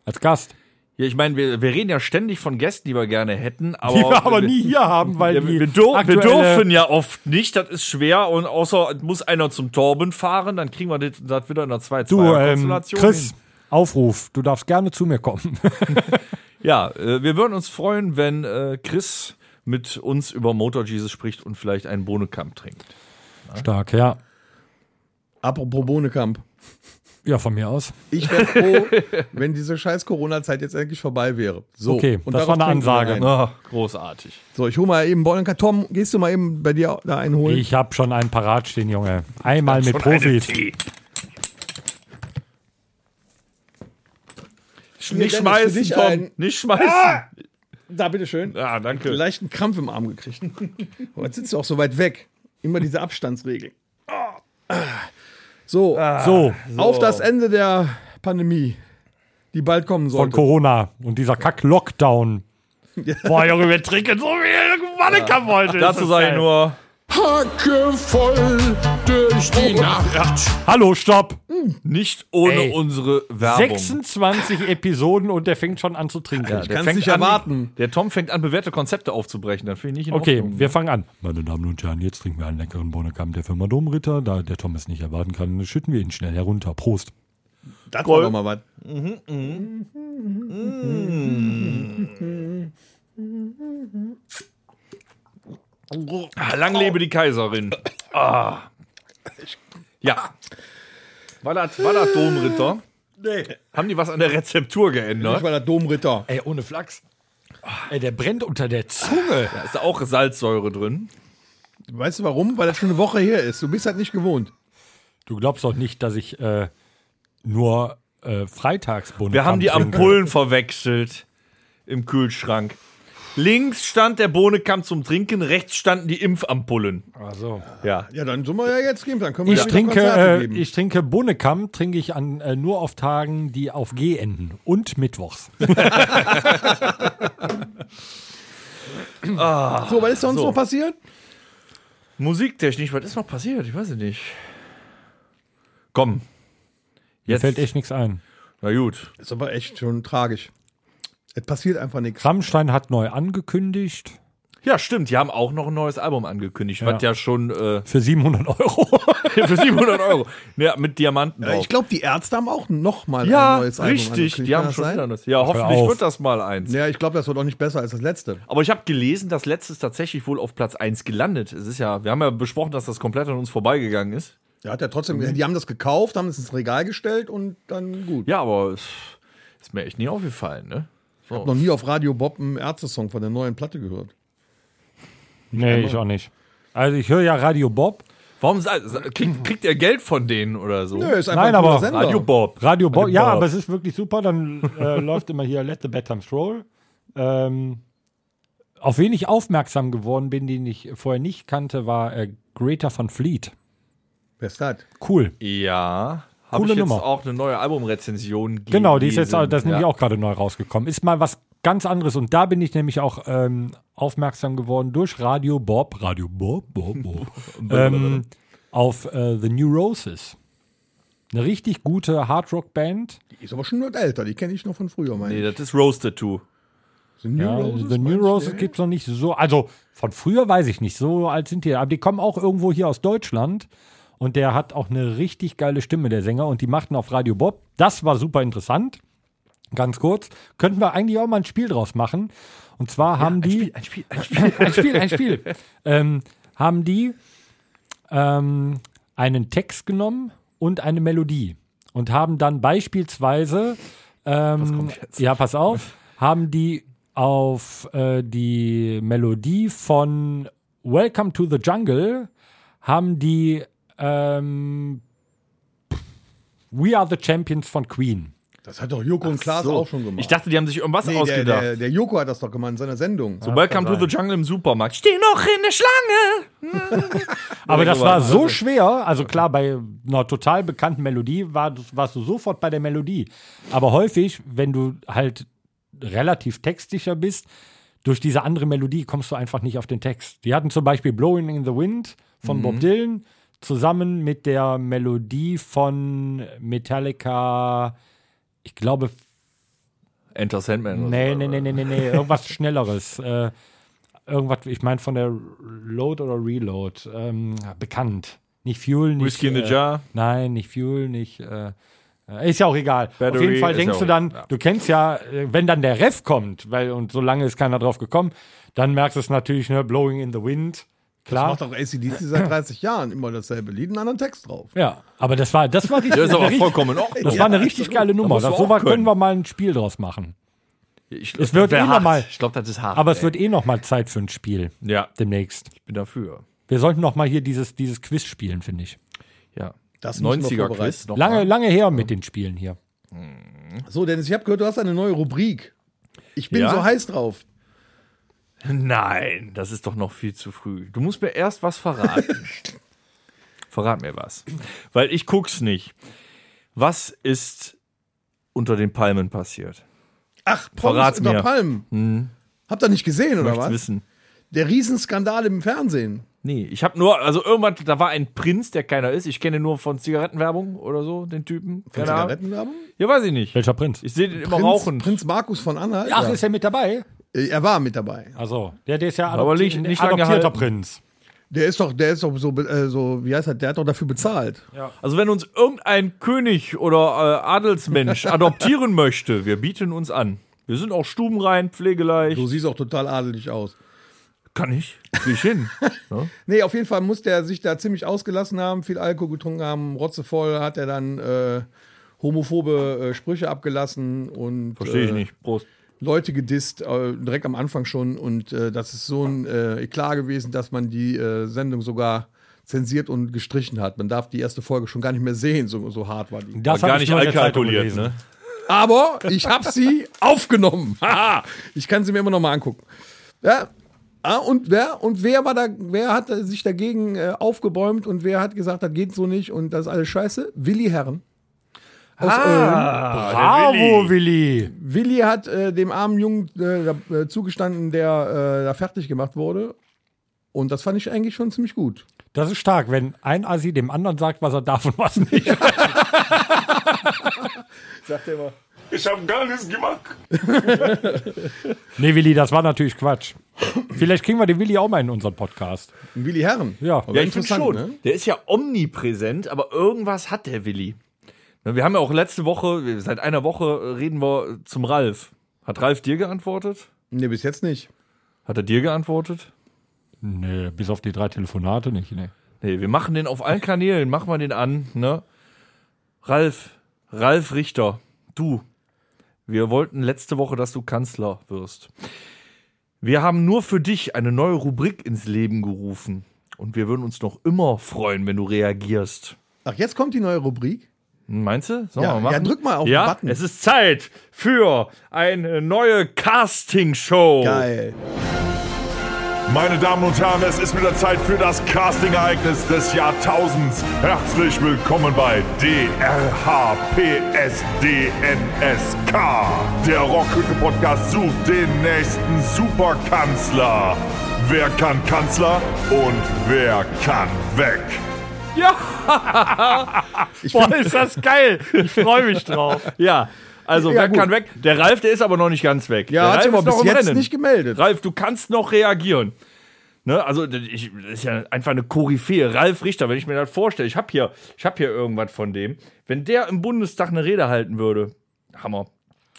S3: als Gast.
S2: Ja, ich meine, wir, wir reden ja ständig von Gästen, die wir gerne hätten, aber.
S3: Die wir aber nie hier haben, weil
S2: Ja,
S3: die
S2: wir, dur wir
S3: aktuelle-
S2: dürfen ja oft nicht, das ist schwer. Und außer es muss einer zum Torben fahren, dann kriegen wir das, das wieder in der zweiten
S3: Du, ähm, Chris, Aufruf, du darfst gerne zu mir kommen.
S2: Ja, äh, wir würden uns freuen, wenn äh, Chris mit uns über Motor Jesus spricht und vielleicht einen Bohnenkamp trinkt.
S3: Stark, ja.
S4: Apropos Bohnekamp.
S3: Ja, von mir aus.
S4: Ich wäre froh, wenn diese scheiß Corona-Zeit jetzt endlich vorbei wäre. So,
S3: Okay, das
S4: darauf
S3: war eine
S4: trinken wir
S3: Ansage. ne?
S4: ein.
S2: Ah, großartig.
S4: So, ich hole mal eben Bollenka. Tom, gehst du mal eben bei dir da einen holen?
S3: Ich habe schon einen parat stehen, Junge. Einmal mit Profis.
S2: nicht
S4: Dennis, für
S2: schmeißen,
S4: dich
S2: Tom.
S4: ein- Ah!
S2: Nicht schmeißen.
S4: Da, bitteschön.
S2: Ah, danke.
S4: Leichten Krampf im Arm gekriegt. Aber jetzt sitzt du auch so weit weg. Immer diese Abstandsregel. Ah. So,
S3: So,
S4: auf das Ende der Pandemie, die bald kommen
S3: von
S4: sollte.
S3: Corona und dieser Kack-Lockdown. Boah, Junge, wir trinken so viel Manneka wollte.
S2: Dazu sage ich nur.
S1: Hacke voll durch die Nacht.
S3: Hallo, stopp.
S2: Nicht ohne
S3: Ey.
S2: unsere Werbung.
S3: 26 Episoden und der fängt schon an zu trinken.
S2: der
S4: kann's
S2: fängt
S4: nicht
S2: an,
S4: erwarten.
S2: Der Tom fängt an, bewährte Konzepte aufzubrechen. Dann finde ich nicht in
S3: Okay,
S2: Ordnung.
S3: wir fangen an. Meine Damen und Herren, jetzt trinken wir einen leckeren Bonnekamp der Firma Domritter. Da der Tom es nicht erwarten kann, schütten wir ihn schnell herunter. Prost.
S4: Das war doch mal was.
S2: Ah, Lang lebe die Kaiserin. Ah. Ja. War das, war das Domritter?
S4: Nee.
S2: Haben die was an der Rezeptur geändert?
S4: Ich war der Domritter.
S3: Ey, ohne Flachs. Ey, der brennt unter der Zunge.
S2: Da ist da auch Salzsäure drin.
S4: Weißt du warum? Weil das schon eine Woche her ist. Du bist halt nicht gewohnt.
S3: Du glaubst doch nicht, dass ich äh, nur äh, freitags Bonnekamp
S2: Wir haben die
S3: trinke.
S2: Ampullen verwechselt im Kühlschrank. Links stand der Bohnenkamm zum Trinken, rechts standen die Impfampullen.
S3: Ach so.
S2: Ja.
S4: Ja, dann sind wir ja jetzt gehen. Dann können wir
S3: Ich
S4: ja wieder
S3: trinke,
S4: Konzerte
S3: äh,
S4: geben.
S3: ich trinke Bonnekamp, trinke ich an, äh, nur auf Tagen, die auf G enden und mittwochs.
S4: so, was ist sonst noch passiert?
S2: Musiktechnisch, was ist noch passiert? Ich weiß es nicht. Komm.
S3: Mir
S2: Jetzt.
S3: fällt echt nichts ein.
S2: Na gut.
S4: Ist aber echt schon tragisch. Es passiert einfach nichts.
S3: Rammstein hat neu angekündigt
S2: Ja, stimmt. Die haben auch noch ein neues Album angekündigt, was ja schon äh,
S3: für 700 Euro.
S2: für 700 Euro. Ja, mit Diamanten
S4: Äh,
S2: drauf.
S4: Ich glaube, die Ärzte haben auch nochmal
S2: ja,
S4: ein neues Album.
S2: richtig.
S4: angekündigt.
S2: Die
S4: Kann
S2: haben
S4: das
S2: schon
S4: sein?
S2: wieder das. Ja, hoffentlich
S3: auf.
S2: wird das mal eins.
S4: Ja, ich glaube, das wird auch nicht besser als das letzte.
S2: Aber ich habe gelesen, dass letztes tatsächlich wohl auf Platz 1 gelandet. Es ist ja, wir haben ja besprochen, dass das komplett an uns vorbeigegangen ist.
S3: Mhm.
S4: Ja, hat ja trotzdem, die haben das gekauft, haben es ins Regal gestellt und dann gut.
S2: Ja, aber pff, Ist mir echt nie aufgefallen, ne?
S4: Ich hab noch nie auf Radio Bob einen Ärzte-Song von der neuen Platte gehört.
S3: Nee, ich auch nicht. Also ich höre ja Radio Bob.
S2: Warum sa- sa- kriegt, kriegt er Geld von denen oder so?
S4: Nö, ist einfach
S3: Nein,
S4: ein cooler
S3: aber
S4: Sender.
S2: Radio Bob.
S3: Radio Bob,
S2: Radio
S3: ja,
S2: Bob.
S3: aber es ist wirklich super. Dann äh, läuft immer hier Let the Bedtime Stroll. Ähm, auf wen ich aufmerksam geworden bin, den ich vorher nicht kannte, war äh, Greta van Fleet.
S4: Wer ist das?
S3: Cool.
S2: Ja. Habe
S3: Coole
S2: ich jetzt
S3: Nummer.
S2: auch eine neue Albumrezension
S3: Genau, die ist jetzt, auch- das ist
S2: ja.
S3: nämlich auch gerade neu rausgekommen. Ist mal was ganz anderes und da bin ich nämlich auch ähm, aufmerksam geworden durch Radio Bob, Radio Bob, Bob, Bob, ähm, auf äh, The Neurosis. Eine richtig gute Hardrock-Band.
S4: Die ist aber schon was älter, die kenne ich noch von früher, meine
S2: Nee,
S4: ich.
S2: das ist Roasted Too.
S4: The New
S3: Ja, also
S4: Roses,
S3: The
S4: meinst
S3: New
S4: du?
S3: Roses gibt es noch nicht so. Also von früher weiß ich nicht, so alt sind die. Aber die kommen auch irgendwo hier aus Deutschland. Und der hat auch eine richtig geile Stimme, der Sänger. Und die machten auf Radio Bob. Das war super interessant. Ganz kurz. Könnten wir eigentlich auch mal ein Spiel draus machen. Und zwar haben die. ein Spiel, ein Spiel, ein Spiel. ähm, haben die ähm, einen Text genommen und eine Melodie. Und haben dann beispielsweise. Ähm, ja, pass auf. Haben die auf äh, die Melodie von Welcome to the Jungle haben die ähm, We Are the Champions von Queen.
S4: Das hat doch Joko und Klaas auch schon gemacht.
S2: Ich dachte, die haben sich irgendwas
S4: Nee, der,
S2: ausgedacht.
S4: der, der Joko hat das doch gemacht in seiner Sendung.
S2: so, Welcome to the Jungle im Supermarkt. Steh noch in der Schlange.
S3: Aber das
S2: aber
S3: war
S2: also-
S3: so schwer, also klar, bei einer total bekannten Melodie war, das- warst du sofort bei der Melodie. Aber häufig, wenn du halt relativ textsicher bist, durch diese andere Melodie kommst du einfach nicht auf den Text. Die hatten zum Beispiel Blowing in the Wind von Bob Dylan zusammen mit der Melodie von Metallica, ich glaube,
S2: Enter Sandman. oder
S3: nee,
S2: so.
S3: nee, nee, nee, nee, nee, irgendwas Schnelleres. Äh, irgendwas, ich meine von der Load oder Reload, ähm, bekannt. Nicht Fuel, nicht.
S2: Whiskey in the
S3: äh,
S2: Jar.
S3: Nein, nicht Fuel, nicht. Äh, äh, ist ja auch egal. Auf
S2: Battery
S3: jeden Fall
S2: ist
S3: denkst du
S2: ja auch-
S3: dann,
S2: ja.
S3: du kennst ja, äh, wenn dann der Ref kommt, weil und solange ist keiner drauf gekommen, dann merkst du es natürlich, ne, Blowing in the Wind. Klar.
S4: Macht doch ACDC seit 30 Jahren immer dasselbe Lied, einen anderen Text drauf.
S3: Ja, aber das war, das war die.
S2: Das ist aber
S3: richtig-
S2: vollkommen in Ordnung.
S3: Das war eine richtig geile Nummer.
S2: musst du
S3: Das,
S2: auch
S3: so was können
S2: können.
S3: wir mal ein Spiel draus machen.
S2: Ich,
S3: Es wird
S2: wär
S3: eh noch
S2: hart.
S3: mal-
S2: Ich glaube, das ist hart.
S3: Aber es
S2: ey.
S3: wird eh noch mal Zeit für ein Spiel
S2: Ja,
S3: demnächst.
S2: ich bin dafür.
S3: Wir sollten noch mal hier dieses, dieses Quiz spielen, finde ich.
S2: Ja.
S4: Das müssen wir
S2: 90er-Quiz.
S4: vorbereiten.
S2: noch
S3: Lange,
S2: mal.
S3: lange her mit den Spielen hier.
S4: So, Dennis, ich habe gehört, du hast eine neue Rubrik. Ich bin
S2: Ja?
S4: so heiß drauf.
S2: Nein, das ist doch noch viel zu früh. Du musst mir erst was verraten. Verrat mir was. Weil ich guck's nicht. Was ist unter den Palmen passiert?
S4: Ach, Pommes
S2: Verrat's
S4: unter
S2: mir.
S4: Palmen. Habt ihr nicht gesehen, oder
S2: Möchtest
S4: was?
S2: wissen?
S4: Der Riesenskandal im Fernsehen.
S2: Nee, ich habe nur, also irgendwann, da war ein Prinz, der keiner ist. Ich kenne nur von Zigarettenwerbung oder so, den Typen.
S4: Von
S2: Keine Ahnung.
S4: Zigarettenwerbung?
S2: Ja, weiß ich nicht.
S3: Welcher Prinz?
S2: Ich sehe den immer
S4: Prinz,
S2: rauchen.
S4: Prinz Markus von Anhalt.
S3: Ach,
S4: ja.
S3: ist er mit dabei?
S4: Äh, er war mit dabei.
S3: Also, der, der ist ja
S2: Aber
S3: adopti-
S2: nicht- nicht lange
S3: adoptierter
S2: halten.
S3: Prinz.
S4: Der ist doch, der ist doch so, be- äh, so wie heißt er, der hat doch dafür bezahlt.
S2: Also wenn uns irgendein König oder äh, Adelsmensch adoptieren möchte, wir bieten uns an. Wir sind auch stubenrein, pflegeleicht.
S4: Du siehst auch total adelig aus.
S2: Kann ich? Geh ich hin.
S4: Nee, auf jeden Fall muss der sich da ziemlich ausgelassen haben, viel Alkohol getrunken haben, rotzevoll hat er dann äh, homophobe äh, Sprüche abgelassen und
S2: Verstehe ich
S4: äh,
S2: nicht. Prost.
S4: Leute gedisst, äh, direkt am Anfang schon. Und äh, das ist so ein äh, klar gewesen, dass man die äh, Sendung sogar zensiert und gestrichen hat. Man darf die erste Folge schon gar nicht mehr sehen, so, so hart war die.
S3: Das
S2: War
S3: hab
S2: gar
S3: ich
S2: nicht
S3: nur in der Zeitung
S2: allkalkuliert,
S3: gelesen.
S2: ne?
S4: Aber ich habe sie aufgenommen. Haha. ich kann sie mir immer noch mal angucken. Ja. Ah, und wer und wer war da, wer hat äh, sich dagegen äh, aufgebäumt und wer hat gesagt, das geht so nicht und das ist alles scheiße? Willi Herren. Aus Ulm.
S3: Bravo, Willi.
S4: Willi hat äh, dem armen Jungen äh, da- äh, zugestanden, der äh, da fertig gemacht wurde. Und das fand ich eigentlich schon ziemlich gut.
S3: Das ist stark, wenn ein Asi dem anderen sagt, was er darf und was nicht.
S4: Sagt er immer.
S7: Ich habe gar nichts gemacht.
S3: nee, Willi, das war natürlich Quatsch. Vielleicht kriegen wir den Willi auch mal in unseren Podcast.
S4: Willi Herren.
S3: Ja.
S4: Aber
S2: Ja, ich finde
S4: interessant,
S2: schon.
S4: ne?
S2: Der ist ja omnipräsent, aber irgendwas hat der Willi. Ne, Wir haben ja auch letzte Woche, seit einer Woche äh, reden wir zum Ralf. Hat Ralf dir geantwortet?
S4: ne? Nee, bis jetzt nicht.
S2: Hat er dir geantwortet?
S3: Nee, bis auf die drei Telefonate nicht. Nee.
S2: Nee, wir machen den auf allen Kanälen, machen wir den an, ne? Ralf, Ralf Richter, du. Wir wollten letzte Woche, dass du Kanzler wirst. Wir haben nur für dich eine neue Rubrik ins Leben gerufen. Und wir würden uns noch immer freuen, wenn du reagierst. Hm,
S4: Ach, jetzt kommt die neue Rubrik.
S2: Meinst du? Sollen
S4: Ja,
S2: wir mal machen?
S4: ja, drück mal auf den
S2: ja,
S4: Button.
S2: Es ist Zeit für eine neue Casting-Show.
S4: Geil.
S7: Meine Damen und Herren, es ist wieder Zeit für das Casting-Ereignis des Jahrtausends. Herzlich willkommen bei DRHPSDNSK. Der Rockhütte-Podcast sucht den nächsten Superkanzler. Wer kann Kanzler und wer kann weg?
S2: Boah, ist das geil. Ich freue mich drauf. Ja, also
S4: Ja,
S2: wer
S4: gut.
S2: kann weg? Der Ralf, der ist aber noch nicht ganz weg.
S4: Ja,
S2: der
S4: hat
S2: Ralf
S4: sich aber
S2: ist noch
S4: bis
S2: im
S4: jetzt
S2: Rennen.
S4: nicht gemeldet.
S2: Ralf, du kannst noch reagieren. Ne, also d- ich, das ist ja einfach eine Koryphäe. Ralf Richter, wenn ich mir das vorstelle, ich habe hier, ich hab hier irgendwas von dem. Wenn der im Bundestag eine Rede halten würde, Hammer.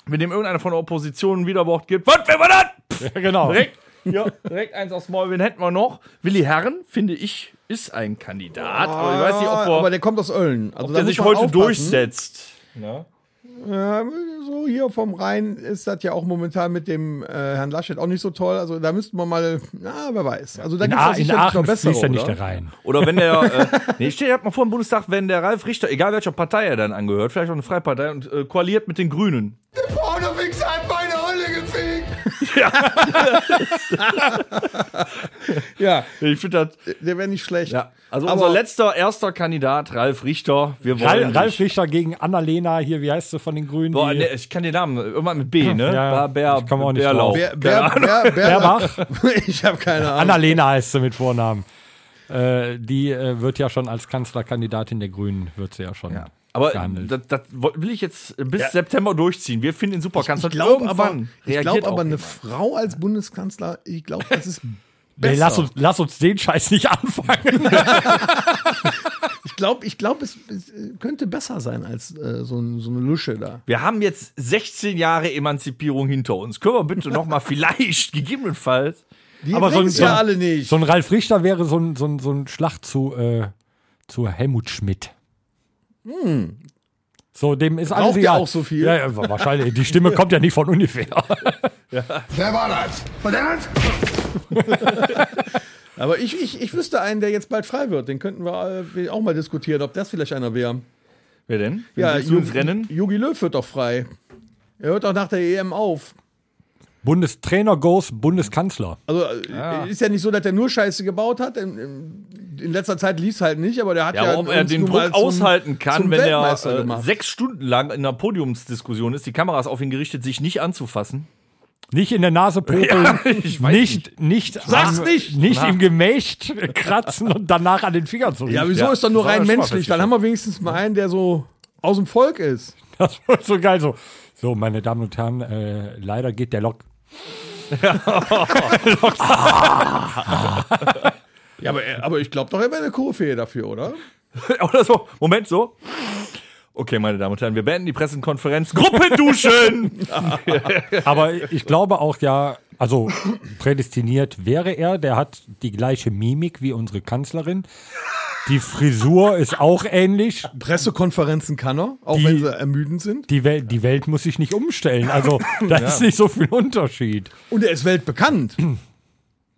S2: Wenn dem irgendeiner von der Opposition ein Widerwort gibt, was, wer war das? Pff,
S3: Ja, genau.
S2: Direkt, ja, direkt eins aufs Maul, wen hätten wir noch? Willi Herren, finde ich, ist ein Kandidat. aber ich weiß nicht, ob,
S4: Ah,
S2: wir,
S4: aber der kommt aus Ölln. Also
S2: ob
S4: da
S2: der
S4: muss
S2: sich
S4: man
S2: heute
S4: aufpassen.
S2: durchsetzt. Ne?
S4: Ja, so hier vom Rhein ist das ja auch momentan mit dem äh, Herrn Laschet auch nicht so toll. Also da müssten wir mal, na, wer weiß. Also da
S3: In,
S4: gibt
S3: A
S4: es
S3: in
S4: sicherlich noch
S3: Aachen fließt ja
S4: Besserung.
S3: nicht
S4: oder?
S3: der Rhein.
S2: Oder wenn der, äh, nee, steht, hat mal vor im Bundestag, wenn der Ralf Richter, egal welcher Partei er dann angehört, vielleicht auch eine Freipartei, und äh, koaliert mit den Grünen.
S4: Ja,
S2: Ich finde das,
S4: der wäre nicht schlecht.
S2: ja. Also
S4: Aber-
S2: unser letzter, erster Kandidat, Ralf Richter. Wir wollen.
S3: Ralf, Ralf
S2: dich.
S3: Richter gegen Annalena, hier, wie heißt sie von den Grünen?
S2: Boah,
S3: die-
S2: nee, ich kann den Namen, irgendwann mit B, ne?
S3: Ja,
S2: Bar- Bär,
S3: ich komm auch nicht
S2: Bärlauch.
S3: drauf.
S4: Wer, wer, wer, wer,
S3: Berbach?
S4: ich habe keine Ahnung.
S3: Annalena heißt sie mit Vornamen. Äh, die äh, wird ja schon als Kanzlerkandidatin der Grünen, wird sie ja schon.
S2: Aber
S3: Gehandelt.
S2: das, das wo- will ich jetzt bis September durchziehen. Wir finden ihn super. Kannst
S4: Ich
S2: du
S4: glaube aber,
S2: irgendwann
S4: ich
S2: reagiert
S4: glaub, aber
S2: auch
S4: eine
S2: jemand.
S4: Frau als Bundeskanzler, ich glaube, das ist
S3: Nee,
S4: besser.
S3: lass, uns, lass uns den Scheiß nicht anfangen.
S4: ich glaube, ich glaub, es, es äh, könnte besser sein als äh, so, ein, so eine Lusche da.
S2: Wir haben jetzt 16 Jahre Emanzipierung hinter uns. Können wir bitte nochmal vielleicht, gegebenenfalls,
S4: Die
S3: Aber so ein-
S4: bringen's
S3: so
S4: ja
S3: ein-
S4: alle nicht.
S3: So ein Ralf Richter wäre so ein, so ein, so ein Schlag zu, äh, zu Helmut Schmidt. So, dem ist alles
S4: Raucht der
S3: egal.
S4: Hm. auch so viel?
S3: Ja, ja, wa- wahrscheinlich. Die Stimme kommt ja nicht von ungefähr.
S5: Wer war das? War der das?
S4: aber ich, ich, ich wüsste einen, der jetzt bald frei wird. Den könnten wir äh, auch mal diskutieren, ob das vielleicht einer wäre.
S2: Wer denn?
S4: Ja,
S2: Willst du
S4: Ju-
S2: ins Rennen?
S4: Jogi Löw wird doch frei. Er hört doch nach der EM auf.
S3: Bundestrainer goes Bundeskanzler.
S4: Also äh,
S2: Ah.
S4: ist ja nicht so, dass er nur Scheiße gebaut hat. In, in, in letzter Zeit lief es halt nicht, aber der hat ja,
S2: Ja, ob er
S4: uns
S2: den
S4: nun mal
S2: Druck
S4: zum-
S2: aushalten kann,
S4: zum
S2: wenn er
S4: Weltmeister
S2: äh,
S4: gemacht.
S2: sechs Stunden lang in einer Podiumsdiskussion ist, die Kameras auf ihn gerichtet, sich nicht anzufassen.
S3: Nicht in der Nase popeln,
S2: ich weiß
S3: nicht, nicht,
S4: Sag's
S3: am-
S4: nicht!
S3: nicht im Gemächt kratzen und danach an den Fingern zu riechen.
S4: Ja, wieso
S2: Ja,
S4: ist doch nur
S2: das haben
S4: rein
S2: wir schon mal
S4: menschlich? Dann haben wir wenigstens mal einen, der so aus dem Volk ist.
S3: Das war so geil so. So, meine Damen und Herren, äh, leider geht der Lok.
S4: Ja, aber, er- aber ich glaube doch, er wäre eine Kurve dafür, oder?
S2: Oder so. Moment, so. Okay, meine Damen und Herren, wir beenden die Pressekonferenz. Gruppe duschen!
S3: Aber ich glaube auch ja, also prädestiniert wäre er. Der hat die gleiche Mimik wie unsere Kanzlerin. Die Frisur ist auch ähnlich.
S4: Pressekonferenzen kann er, auch
S3: Die-
S4: wenn sie ermüdend sind.
S3: Die, Wel die Welt muss sich nicht umstellen. Also da ist nicht so viel Unterschied.
S4: Und er ist weltbekannt.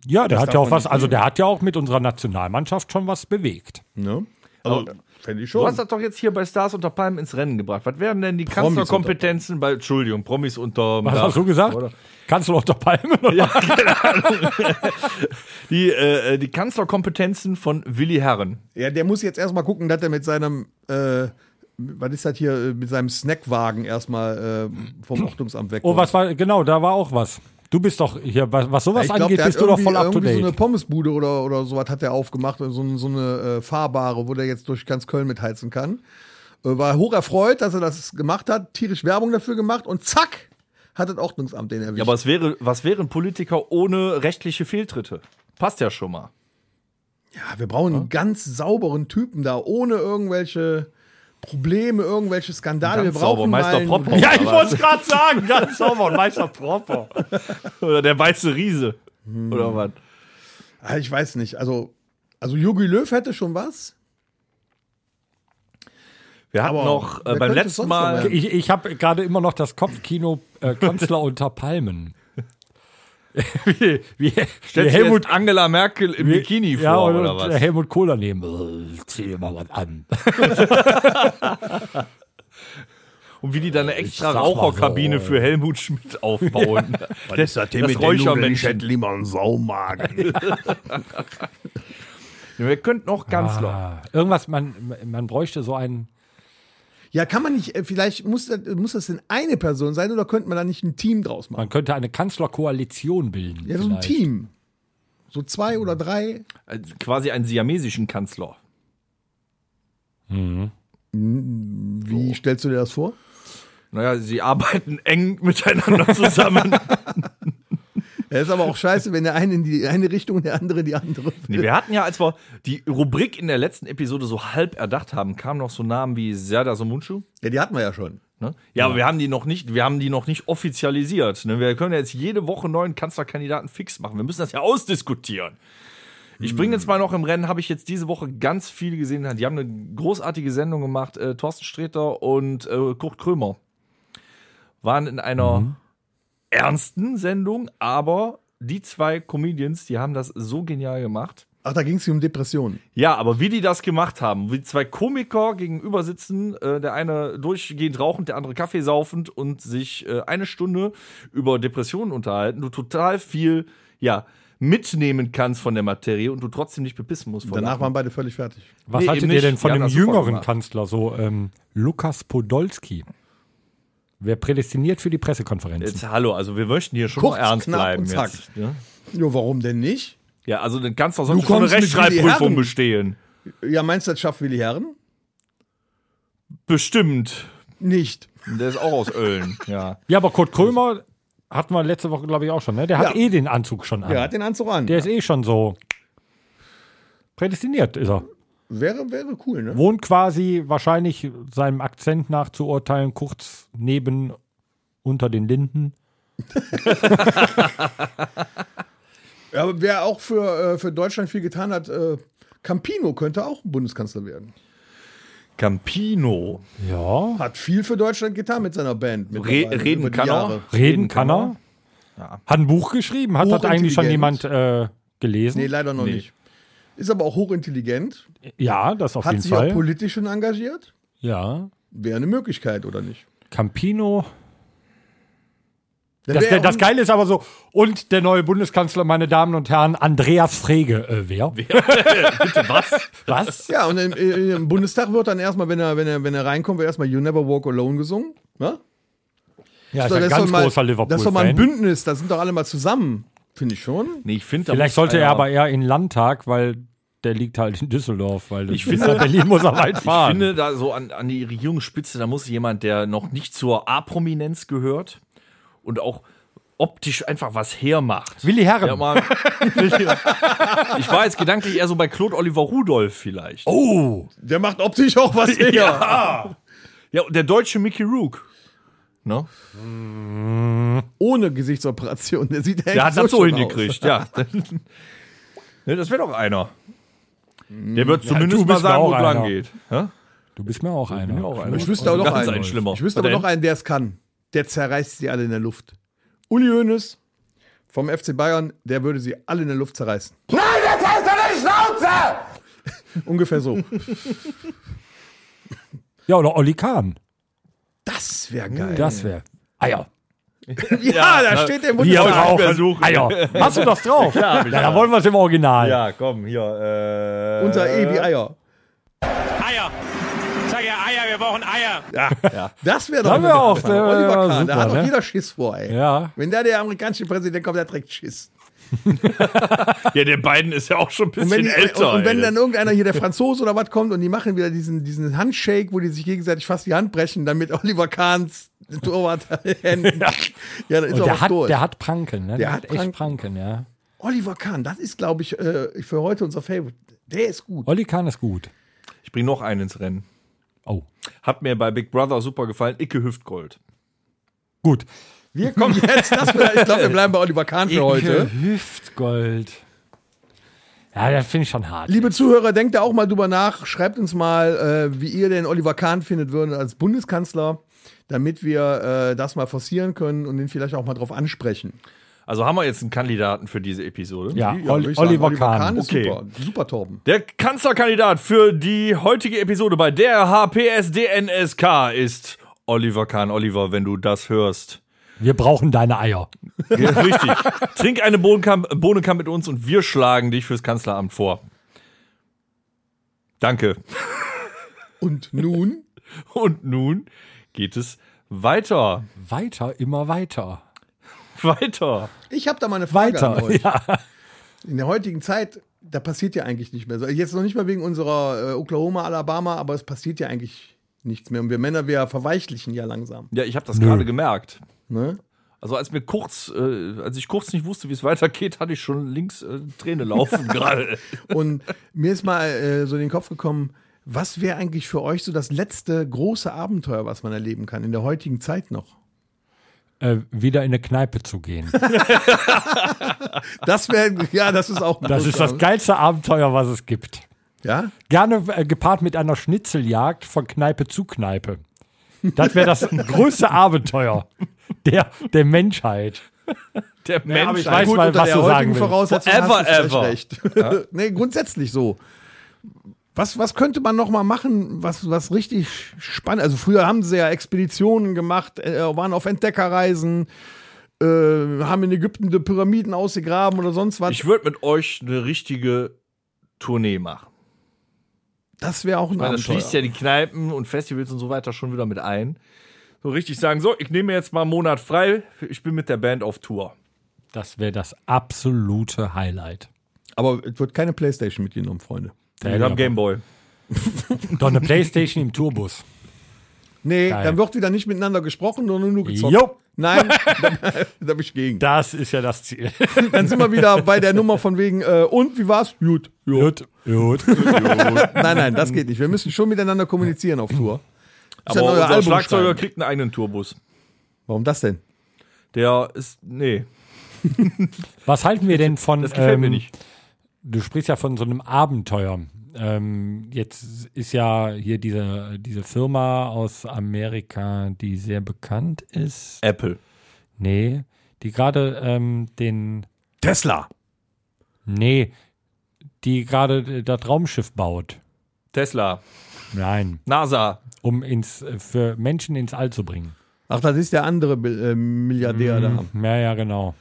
S3: Ja, der hat ja auch
S4: darf man
S3: was,
S4: nicht
S3: also der hat ja auch mit unserer Nationalmannschaft schon was bewegt.
S4: ne? Also, fände ich
S2: Du
S4: schon.
S2: hast das doch jetzt hier bei Stars unter Palmen ins Rennen gebracht. Was wären denn die
S4: Promis
S2: Kanzlerkompetenzen bei, Entschuldigung, Promis unter.
S3: Was hast du gesagt? Kannst du unter Palmen? Oder?
S2: genau. Die, äh, die Kanzlerkompetenzen von Willi Herren.
S4: Ja, der muss jetzt erstmal gucken, dass er mit seinem, äh, was ist das hier, äh, mit seinem Snackwagen erstmal äh, vom Ordnungsamt weg.
S3: Oh, was war, genau, da war auch was. Du bist doch hier, was, was sowas
S4: ich glaube,
S3: angeht,
S4: der hat
S3: bist du doch
S4: irgendwie,
S3: voll up to
S4: irgendwie so
S3: date.
S4: eine Pommesbude oder, oder sowas hat er aufgemacht, so, ein- so eine äh, Fahrbare, wo der jetzt durch ganz Köln mitheizen kann. Äh, war hoch erfreut, dass er das gemacht hat, tierisch Werbung dafür gemacht und zack, hat das Ordnungsamt den erwischt.
S2: Ja, aber es wäre, was wären Politiker ohne rechtliche Fehltritte? Passt ja schon mal.
S4: Ja, wir brauchen einen ganz sauberen Typen da, ohne irgendwelche Probleme, irgendwelche Skandale.
S2: Ganz
S4: wir brauchen
S2: sauber, Meister
S4: mal
S2: Popper.
S4: einen,
S2: Ja, ich wollte
S3: gerade sagen, ganz sauber und Meister Proper.
S2: Oder der weiße Riese. Oder was?
S4: Ah, Ich weiß nicht, also, also Jogi Löw hätte schon was.
S2: Wir hatten
S4: Aber
S2: noch äh,
S4: wer
S2: beim
S4: könnte
S2: letzten
S4: sonst
S2: Mal.
S4: noch
S3: Ich, ich habe gerade immer noch das Kopfkino äh, Kanzler unter Palmen. wie, wie, wie
S2: Stellst du
S3: Helmut
S2: jetzt Angela Merkel im Bikini vor
S3: ja, und,
S2: oder
S3: und
S2: was?
S3: Helmut Kohl daneben. Äh, Zieh dir mal was an.
S2: Und wie die dann eine extra
S3: sag mal so,
S2: Raucherkabine
S3: ey.
S2: für Helmut Schmidt aufbauen.
S4: Was ist das denn
S2: das
S4: mit den Nudeln? Ich
S2: Räuchermännchen.
S4: hätte lieber einen Saumagen.
S2: Wir könnten noch Kanzler.
S3: Ah, irgendwas, man, man bräuchte so einen.
S4: ja, kann man nicht, äh, vielleicht muss das, muss das denn eine Person sein oder könnte man da nicht ein Team draus machen?
S3: Man könnte eine Kanzlerkoalition bilden.
S4: Ja, so ein
S3: vielleicht.
S4: Team. So zwei oder drei.
S2: Also Quasi einen siamesischen Kanzler.
S4: Wie stellst du dir das vor?
S2: Naja, sie arbeiten eng miteinander zusammen.
S4: Ja, ist aber auch scheiße, wenn der eine in die eine Richtung und der andere in die andere.
S2: Nee, wir hatten ja, als wir die Rubrik in der letzten Episode so halb erdacht haben, kamen noch so Namen wie Serdar Somuncu.
S4: Ja, die hatten wir ja schon.
S2: Ne? Ja, aber wir haben die noch nicht, wir haben die noch nicht offizialisiert. Ne? Wir können ja jetzt jede Woche neuen Kanzlerkandidaten fix machen. Wir müssen das ja ausdiskutieren. Ich bringe jetzt mal noch im Rennen, habe ich jetzt diese Woche ganz viel gesehen. Die haben eine großartige Sendung gemacht. Äh, Thorsten Sträter und äh, Kurt Krömer waren in einer ernsten Sendung, aber die zwei Comedians, die haben das so genial gemacht.
S4: Ach, da ging es um Depressionen.
S2: Ja, aber wie die das gemacht haben, wie zwei Komiker gegenüber sitzen, äh, der eine durchgehend rauchend, der andere Kaffee saufend und sich äh, eine Stunde über Depressionen unterhalten, du total viel, ja, mitnehmen kannst von der Materie und du trotzdem nicht bepissen musst. vor
S4: Danach
S2: Lachen.
S4: waren beide völlig fertig.
S3: Was
S2: Nee,
S3: haltet
S2: eben
S3: ihr
S2: nicht.
S3: denn von
S2: Die haben
S3: dem
S2: das super
S3: jüngeren
S2: gemacht.
S3: Kanzler, so ähm, Lukas Podolski? Wer prädestiniert für die Pressekonferenzen?
S2: Jetzt, hallo, also wir möchten hier schon
S4: Kurz,
S2: mal ernst
S4: knapp
S2: bleiben
S4: und zack.
S2: jetzt. Ja?
S4: Jo, warum denn nicht?
S2: ja, also dann kannst du auch sonst
S4: Du
S2: schon eine
S4: kommst mit Willi
S2: Rechtschreibprüfung
S4: Herren.
S2: bestehen.
S4: Ja, meinst du, das schafft Willi Herren?
S2: Bestimmt.
S4: Nicht.
S2: Der ist auch aus Ölen, ja.
S3: Ja, aber Kurt Krömer hatten wir letzte Woche, glaube ich, auch schon. Ne? Der hat
S4: Ja.
S3: eh den Anzug schon an.
S4: Der hat den Anzug an.
S3: Der ist eh schon so prädestiniert, ist er.
S4: wäre, wäre cool, ne?
S3: Wohnt quasi wahrscheinlich seinem Akzent nach zu urteilen, kurz neben unter den Linden.
S4: Ja, aber wer auch für, äh, für Deutschland viel getan hat, äh, Campino könnte auch Bundeskanzler werden.
S2: Campino.
S3: Ja.
S4: Hat viel für Deutschland getan mit seiner Band.
S2: Re
S4: mittlerweile, über
S2: reden
S4: die
S2: kann
S4: Jahre.
S2: er.
S3: Reden kann er. Hat ein Buch geschrieben. Hat das eigentlich schon
S4: Hochintelligent.
S3: jemand äh, gelesen?
S4: Nee, leider noch
S2: Nee.
S4: nicht. Ist aber auch hochintelligent.
S3: ja, das auf
S4: Hat
S3: jeden
S4: sich auch
S3: Fall.
S4: politisch schon engagiert.
S3: Ja.
S4: Wäre eine Möglichkeit, oder nicht?
S3: Campino.
S4: Dann
S3: Das,
S4: wär er
S3: das
S4: un-
S3: Geile ist aber so, und der neue Bundeskanzler, meine Damen und Herren, Andreas Frege. Äh, wer?
S2: Was?
S3: Was?
S4: Ja, und im, im im Bundestag wird dann erstmal, wenn er, wenn er, wenn er reinkommt, wird erstmal You Never Walk Alone gesungen. Ne?
S3: Ja, ist ein ganz großer
S4: das ist doch mal
S3: Liverpool-Fan.
S4: ein Bündnis, da sind doch alle mal zusammen. Finde ich schon.
S2: Nee, ich finde, da
S3: Vielleicht
S2: muss
S3: sollte er
S2: einer-
S3: aber eher in den Landtag, weil der liegt halt in Düsseldorf, weil das
S2: Ich
S3: ist ja
S2: finde-
S3: Berlin muss er
S4: Halt
S3: weit
S2: Ich
S3: fahren.
S2: finde, da so an, an die Regierungsspitze, da muss jemand, der noch nicht zur A-Prominenz gehört und auch optisch einfach was hermacht.
S3: Willi Herren.
S2: Ja, mal, ich war jetzt gedanklich eher so bei Claude Oliver Rudolph vielleicht. Oh.
S4: Der macht optisch auch was her.
S2: Ja, und der deutsche Mickey Rook. Ne?
S4: Ohne Gesichtsoperation. Der sieht echt
S2: Der hat das so
S4: schön
S2: hingekriegt, ja. ne, das wäre doch einer. Der wird
S3: du
S2: zumindest mal
S3: bist
S2: sagen,
S3: auch
S2: wo es lang
S3: einer.
S2: geht. Ja?
S3: du bist mir auch einer.
S2: auch einer.
S4: Aus. Ich wüsste aber noch
S2: Ganz
S4: einen.
S2: ein schlimmer.
S4: Ich wüsste
S2: Was
S4: aber noch
S2: denn?
S4: einen, der es kann. Der zerreißt sie alle in der Luft. Uli Hoeneß vom FC Bayern, der würde sie alle in der Luft zerreißen.
S5: Nein, jetzt hast du eine Schnauze!
S4: Ungefähr so.
S3: Ja, oder Olli Kahn.
S4: Das wäre geil.
S3: Das Ah wäre. Eier.
S4: ja, da steht der im
S3: Wir
S4: Bundestag.
S3: brauchen Eier. Ah Hast du das drauf? Ja, da wollen wir es im Original.
S2: Ja, komm, hier. Äh,
S4: Unter E wie Eier.
S8: Eier. Ich sage ja Eier, wir brauchen Eier.
S4: Das wäre doch
S3: Haben
S4: eine
S3: wir auch,
S4: Sache.
S3: der
S4: Oliver
S3: war
S4: Kahn, da
S3: super,
S4: hat doch
S3: ne?
S4: jeder Schiss vor, ey.
S3: Ja.
S4: Wenn da der amerikanische Präsident kommt, der trägt Schiss.
S2: Ja, der beiden ist ja auch schon ein bisschen
S4: Und wenn, die,
S2: älter.
S4: und, und wenn
S2: ey.
S4: dann irgendeiner hier, der Franzose oder was kommt und die machen wieder diesen, diesen Handshake, wo die sich gegenseitig fast die Hand brechen, dann mit Oliver Kahns Torwart. ja, dann
S3: Und
S4: ist doch
S3: der
S4: was
S3: hat,
S4: durch.
S3: der hat Pranken, ne?
S4: Der hat
S3: echt Pranken, ja.
S4: Oliver Kahn, das ist, glaube ich, äh, für heute unser Favorite. Der ist gut.
S3: Olli Kahn ist gut.
S2: ich bringe noch einen ins Rennen.
S3: Oh.
S2: Hat mir bei Big Brother super gefallen. Icke Hüftgold.
S3: Gut. Wir kommen
S4: Jetzt, das, ich glaube, wir bleiben bei Oliver Kahn für heute.
S3: Hüftgold. Ja, das finde ich schon hart.
S4: Liebe Zuhörer, denkt da auch mal drüber nach. Schreibt uns mal, äh, wie ihr den Oliver Kahn findet würdet als Bundeskanzler, damit wir äh, das mal forcieren können und den vielleicht auch mal drauf ansprechen.
S2: Also haben wir jetzt einen Kandidaten für diese Episode.
S3: Ja,
S4: Ja,
S3: Oli
S4: würd ich sagen,
S3: Oliver Kahn.
S4: ist
S2: Okay.
S4: super. Super, Torben.
S2: Der Kanzlerkandidat für die heutige Episode bei der HPSDNSK ist Oliver Kahn. Oliver, wenn du das hörst.
S3: Wir brauchen deine Eier.
S2: Ja, Richtig. Trink eine Bohnenkamp, Bohnenkamp mit uns und wir schlagen dich fürs Kanzleramt vor. Danke.
S4: Und nun?
S2: Und nun geht es weiter.
S3: Weiter, immer weiter.
S2: Weiter.
S4: Ich habe da mal eine Frage
S3: Weiter,
S4: an euch. In der heutigen Zeit, da passiert ja eigentlich nicht mehr. so. Jetzt noch nicht mal wegen unserer äh, Oklahoma, Alabama, aber es passiert ja eigentlich nichts mehr. Und wir Männer, wir verweichlichen ja langsam.
S2: Ja, ich habe das gerade gemerkt.
S4: Ne?
S2: Also als mir kurz, äh, als ich kurz nicht wusste, wie es weitergeht, hatte ich schon links äh, Träne laufen gerade.
S4: Und mir ist mal äh, so in den Kopf gekommen, was wäre eigentlich für euch so das letzte große Abenteuer, was man erleben kann in der heutigen Zeit noch?
S3: Äh, wieder in eine Kneipe zu gehen.
S4: Das wäre, ja, das ist auch ein
S3: Das
S4: großes
S3: ist das
S4: Abenteuer.
S3: geilste Abenteuer, was es gibt.
S4: Ja?
S3: Gerne äh, gepaart mit einer Schnitzeljagd von Kneipe zu Kneipe. Das wäre das größte Abenteuer der, der Menschheit.
S2: Der
S3: aber
S2: Mensch.
S3: ich weiß
S4: Gut,
S3: mal,
S4: unter
S3: was
S4: der
S3: du sagen
S4: heutigen
S3: willst.
S4: Voraussetzung
S2: Forever,
S4: hast du
S2: ever.
S4: vielleicht recht. nee, grundsätzlich so. Was, was könnte man noch mal machen, was, was richtig spannend, also früher haben sie ja Expeditionen gemacht, äh, waren auf Entdeckerreisen, äh, haben in Ägypten die Pyramiden ausgegraben oder sonst was.
S2: ich würde mit euch eine richtige Tournee machen.
S4: das wäre auch ein
S2: Weil das
S4: Abenteuer.
S2: schließt ja die Kneipen und Festivals und so weiter schon wieder mit ein. So richtig sagen, so, ich nehme mir jetzt mal einen Monat frei, ich bin mit der Band auf Tour.
S3: Das wäre das absolute Highlight.
S4: Aber es wird keine Playstation mitgenommen, Freunde.
S2: Wir
S4: genau.
S2: haben Gameboy.
S3: Doch eine Playstation im Tourbus.
S4: Nee,
S3: Geil.
S4: dann wird wieder nicht miteinander gesprochen, sondern nur gezockt.
S3: Jo.
S4: Nein, da, da bin ich gegen.
S3: Das ist ja das Ziel.
S4: Dann sind wir wieder bei der Nummer von wegen, äh, und wie war's? Gut. Jo.
S3: Gut, gut.
S4: Nein, nein, das geht nicht. Wir müssen schon miteinander kommunizieren auf Tour. Ist
S2: Aber
S4: ein neuer
S2: unser
S4: Album
S2: Schlagzeuger
S4: schreiben.
S2: kriegt einen eigenen Tourbus.
S4: Warum das denn?
S2: Der ist, nee,
S3: Was halten wir denn von.
S2: das gefällt mir
S3: ähm,
S2: nicht.
S3: Du sprichst ja von so einem Abenteuer. Ähm, jetzt ist ja hier diese, diese Firma aus Amerika, die sehr bekannt ist.
S2: Apple.
S3: Nee, die gerade ähm, den.
S4: Tesla.
S3: Nee, die gerade äh, das Raumschiff baut.
S2: Tesla.
S3: Nein,
S2: NASA.
S3: um ins für Menschen ins All zu bringen.
S4: Ach, das ist der andere Bil- äh,
S2: Mhm.
S4: Milliardär da.
S3: Ja, ja, genau.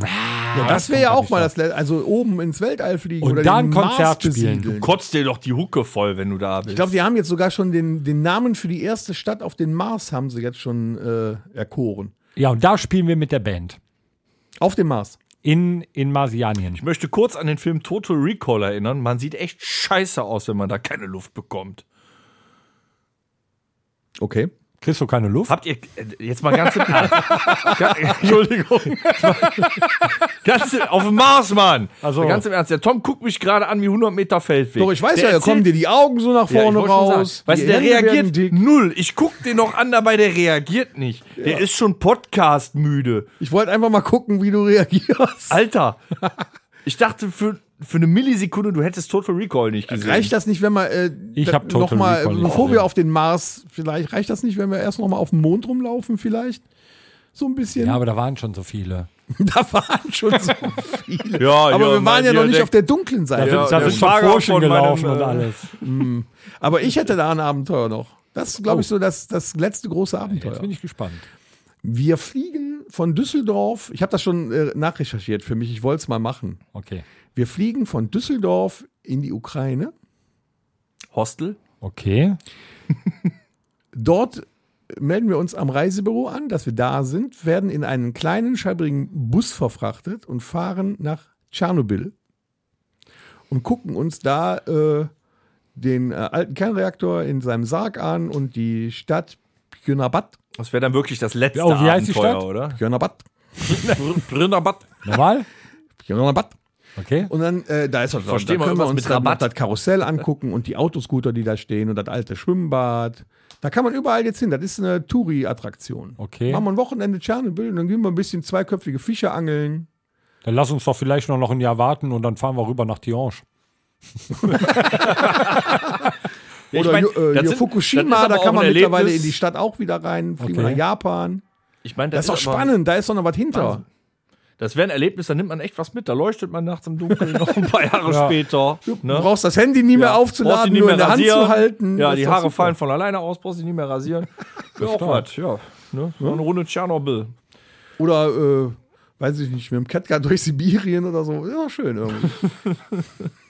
S4: Ja, das wäre ja
S3: kommt
S4: auch mal das Letzte. Also oben ins Weltall fliegen
S3: Und
S4: oder
S3: da
S4: den
S3: ein
S4: Mars
S3: Konzert spielen.
S4: besiedeln.
S2: Kotzt dir doch die Hucke voll, wenn du da bist.
S4: Ich glaube, die haben jetzt sogar schon den, den Namen für die erste Stadt auf den Mars haben sie jetzt schon äh, erkoren.
S3: Ja, und da spielen wir mit der Band.
S4: Auf dem Mars.
S3: In, in Marsianien.
S2: ich möchte kurz an den Film Total Recall erinnern. Man sieht echt scheiße aus, wenn man da keine Luft bekommt.
S4: Okay.
S3: Kriegst du keine Luft?
S2: Habt ihr äh, jetzt mal ganz im Ernst. Ga- Entschuldigung. ganz, im- auf dem Mars, Mann.
S3: Also-
S2: Ganz im Ernst. Der Tom guckt mich gerade an wie 100 Meter Feldweg.
S4: Doch, ich weiß
S2: der
S4: ja, da kommen dir die Augen so nach
S2: Ja, ich
S4: vorne
S2: wollte schon
S4: raus.
S2: sagen. Weißt du,
S4: die
S2: der
S4: Hände werden
S2: reagiert
S4: dick.
S2: null. Ich guck den noch an, dabei der reagiert nicht. Der ist schon Podcast müde.
S4: Ich wollte einfach mal gucken, wie du reagierst.
S2: Alter, ich dachte für, für eine Millisekunde, du hättest Total Recall nicht gesehen.
S4: Reicht das nicht, wenn wir äh,
S3: Ich
S4: da-
S3: hab Total
S4: noch mal,
S3: Recall nicht
S4: bevor
S3: gesehen.
S4: wir auf den Mars vielleicht reicht das nicht, wenn wir erst noch mal auf dem Mond rumlaufen vielleicht so ein bisschen.
S3: Ja, aber da waren schon so viele.
S4: da waren schon so viele.
S2: Ja,
S4: aber
S2: ja,
S4: wir waren
S2: mein-
S4: ja noch
S2: ja,
S4: nicht
S2: der-
S4: auf der dunklen Seite.
S2: Ja,
S3: da sind
S2: der
S3: schon
S2: Schwager
S3: Furchen
S2: von meinem,
S3: gelaufen und
S2: äh,
S3: alles.
S4: Aber ich hätte da ein Abenteuer noch. Das ist, glaube
S3: Oh.
S4: ich, so das, das letzte große Abenteuer.
S3: Jetzt bin ich gespannt.
S4: Wir fliegen von Düsseldorf. Ich habe das schon äh, nachrecherchiert für mich. Ich wollte es mal machen.
S3: Okay.
S4: Wir fliegen von Düsseldorf in die Ukraine.
S2: Hostel?
S3: Okay.
S4: Dort melden wir uns am Reisebüro an, dass wir da sind, werden in einen kleinen, scheibrigen Bus verfrachtet und fahren nach Tschernobyl und gucken uns da äh, den äh, alten Kernreaktor in seinem Sarg an und die Stadt Pjönabat.
S2: Das wäre dann wirklich das letzte
S3: Oh, wie heißt die
S2: Abenteuer,
S3: Stadt?
S2: oder?
S4: Pjönabat.
S2: Brünnerbad.
S3: Normal?
S4: Pjönabat.
S3: Okay.
S4: Und dann, äh, da ist das
S2: Verstehen
S4: da
S2: wir
S4: können wir
S2: irgendwas
S4: uns
S2: mit
S4: dann noch
S2: Rabatt?
S4: das Karussell angucken und die Autoscooter, die da stehen und das alte Schwimmbad. Da kann man überall jetzt hin. Das ist eine Touri-Attraktion.
S3: Okay.
S4: Machen wir ein Wochenende Tschernobyl und dann gehen wir ein bisschen zweiköpfige Fische angeln.
S3: Dann lass uns doch vielleicht noch ein Jahr warten und dann fahren wir rüber nach Tianj.
S2: Ja, ich
S4: Oder
S2: mein,
S4: hier, äh,
S2: das
S4: hier
S2: sind- das ist
S4: Fukushima,
S2: aber
S4: da
S2: auch
S4: kann man
S2: ein
S4: mittlerweile
S2: Erlebnis.
S4: in die Stadt auch wieder rein, fliegen wir
S3: Okay.
S4: nach Japan.
S2: Ich meine,
S4: Das, ist doch
S2: aber- ne?
S4: spannend, da ist doch noch was hinter.
S2: Das wäre ein Erlebnis, da nimmt man echt was mit. Da leuchtet man nachts im Dunkeln noch ein paar Jahre
S3: Ja.
S2: später. Ne?
S4: Du brauchst das Handy nie mehr
S2: Brauchst
S4: aufzuladen,
S2: die nicht
S4: nur
S2: mehr
S4: in der Hand
S2: rasieren.
S4: zu halten.
S2: Ja,
S4: Das
S2: die
S4: ist doch
S2: Haare
S4: super.
S2: fallen von alleine aus, brauchst du nicht mehr rasieren. Ja, auch was, ja. Ne? So eine Runde Tschernobyl.
S4: Oder, äh, weiß ich nicht, mit dem Ketka durch Sibirien oder so. Ja, schön irgendwie.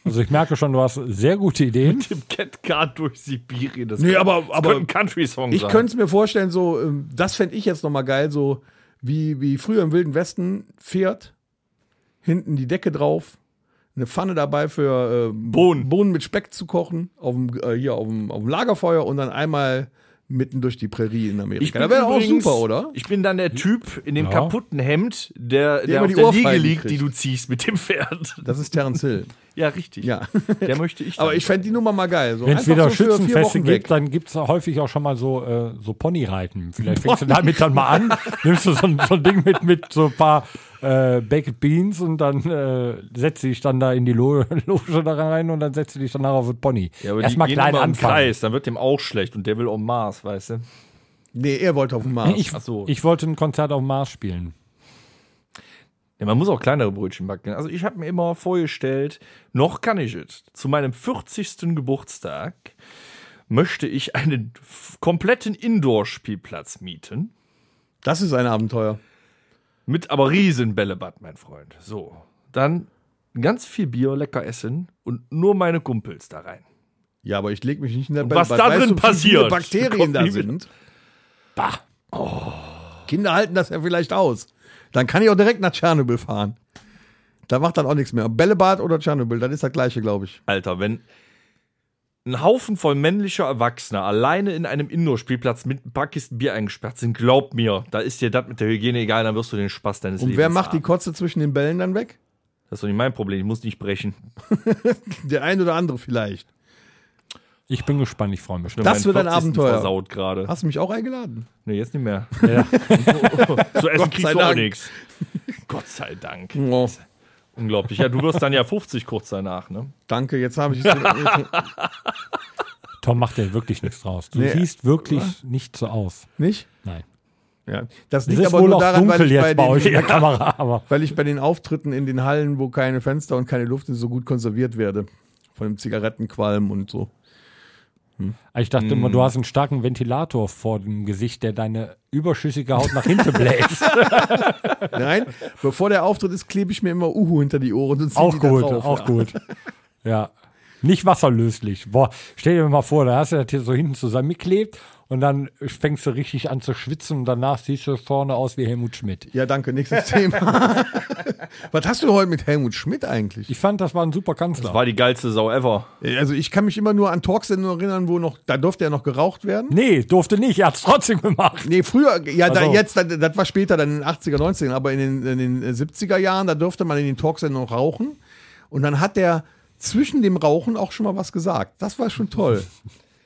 S3: Also ich merke schon, du hast sehr gute Ideen.
S2: Im Catcar durch Sibirien. Das
S4: Nee,
S2: könnte-
S4: aber-
S2: das
S4: aber
S2: könnte ein Country-Song
S4: Ich
S2: sein.
S4: könnte es mir vorstellen, so, ähm, das fände ich jetzt nochmal geil, so wie, wie früher im Wilden Westen, Pferd, hinten die Decke drauf, eine Pfanne dabei für ähm,
S2: Bohnen.
S4: Bohnen mit Speck zu kochen, auf dem, äh, hier auf dem, auf dem Lagerfeuer und dann einmal mitten durch die Prärie in Amerika.
S2: bin
S4: das wäre auch
S2: übrigens-
S4: super, oder? Hm?
S2: Ich bin dann der Typ in dem
S3: Ja.
S2: kaputten Hemd, der, der
S4: immer
S2: auf
S4: die
S2: der Liege
S4: Ohrfeigen
S2: liegt, die
S4: kriegt.
S2: du ziehst mit dem Pferd.
S4: Das ist Terence Hill.
S2: Ja, richtig.
S4: Ja.
S2: Der möchte ich.
S4: Aber
S2: dann.
S4: ich fände die Nummer mal geil. So
S3: Wenn es
S4: einfach
S3: wieder
S4: so für vier
S3: Schützenfeste
S4: Wochen
S3: gibt,
S4: weg.
S3: dann gibt es häufig auch schon mal so, äh, so Ponyreiten. Vielleicht fängst du damit dann mal an, nimmst du so ein, so ein Ding mit, mit so ein paar äh, Baked Beans und dann äh, setzt du dich dann da in die Lo Loge da rein und dann setzt du dich dann nachher auf den Pony.
S2: ja, aber die
S3: Erstmal
S2: gehen
S3: klein
S2: immer im
S3: anfangen.
S2: Kreis, dann wird dem auch schlecht und der will um Mars, weißt du?
S4: Nee, er wollte auf dem Mars.
S3: Ich,
S2: Ach so.
S3: ich wollte ein Konzert auf dem Mars spielen.
S2: Ja, man muss auch kleinere Brötchen backen. Also ich habe mir immer vorgestellt, noch kann ich es. Zu meinem 40. Geburtstag möchte ich einen f- kompletten Indoor-Spielplatz mieten.
S4: das ist ein Abenteuer.
S2: Mit aber riesen Bällebad, mein Freund. So, dann ganz viel Bier, lecker essen und nur meine Kumpels da rein.
S4: Ja, aber ich leg mich nicht in der
S2: Und
S4: Bälle-
S2: was
S4: weil
S2: da
S4: weißt
S2: drin
S4: du, wie viele
S2: passiert?
S4: Bakterien
S2: Kommt
S4: da
S2: nie
S4: sind. Oh. Kinder halten das ja vielleicht aus. Dann kann ich auch direkt nach Tschernobyl fahren. Da macht dann auch nichts mehr. Bällebad oder Tschernobyl, das ist das gleiche, glaube ich.
S2: Alter, wenn ein Haufen voll männlicher Erwachsener alleine in einem Indoor-Spielplatz mit ein paar Kisten Bier eingesperrt sind, glaub mir, da ist dir das mit der Hygiene egal, dann wirst du den Spaß deines
S4: Und
S2: Lebens
S4: wer macht die
S2: haben.
S4: Kotze zwischen den Bällen dann weg?
S2: Das ist doch nicht mein Problem, ich muss nicht brechen.
S4: Der ein oder andere vielleicht.
S3: Ich bin gespannt, ich freue mich. schon.
S2: Mein
S4: Das wird ein
S2: 40.
S4: Abenteuer.
S2: versaut gerade.
S4: Hast du mich auch eingeladen?
S2: Nee, jetzt nicht mehr.
S3: Ja.
S2: So essen kriegst
S4: sei
S2: du auch
S4: Dank.
S2: nichts. Gott sei Dank.
S4: Oh,
S2: Unglaublich. Ja, du wirst dann ja 50 kurz danach, ne?
S4: danke, jetzt habe ich es.
S3: Tom macht ja wirklich nichts draus. Du
S4: Nee.
S3: siehst wirklich nicht so aus.
S4: nicht?
S3: Nein.
S4: Ja. Das
S3: Es
S4: liegt
S3: ist
S4: aber
S3: wohl
S4: nur
S3: auch
S4: daran, weil
S3: dunkel
S4: ich, bei
S3: jetzt bei euch in
S4: den,
S3: der Kamera, aber
S4: weil ich bei den Auftritten in den Hallen, wo keine Fenster und keine Luft ist, so gut konserviert werde. Von dem Zigarettenqualm und so.
S3: ich dachte immer,
S4: Mhm.
S3: du hast einen starken Ventilator vor dem Gesicht, der deine überschüssige Haut nach hinten bläst.
S4: Nein, bevor der Auftritt ist, klebe ich mir immer Uhu hinter die Ohren und zieh
S3: auch
S4: die da
S3: gut,
S4: drauf,
S3: auch
S4: ja.
S3: gut. Ja. Nicht wasserlöslich. Boah, stell dir mal vor, da hast du das hier so hinten zusammengeklebt und dann fängst du richtig an zu schwitzen und danach siehst du vorne aus wie Helmut Schmidt.
S4: Ja, danke, nächstes Thema. Was hast du heute mit Helmut Schmidt eigentlich?
S3: Ich fand, das war ein super Kanzler.
S2: War die geilste Sau ever.
S4: Also ich kann mich immer nur an Talksendungen erinnern, wo noch, da durfte ja noch geraucht werden.
S3: nee, durfte nicht. Er hat es trotzdem gemacht.
S4: Nee, früher, ja, da,
S3: Also-
S4: jetzt, das, das war später, dann in den 80er, 90er, aber in den, in den 70er Jahren, da durfte man in den Talksendungen noch rauchen. Und dann hat der zwischen dem Rauchen auch schon mal was gesagt. Das war schon toll.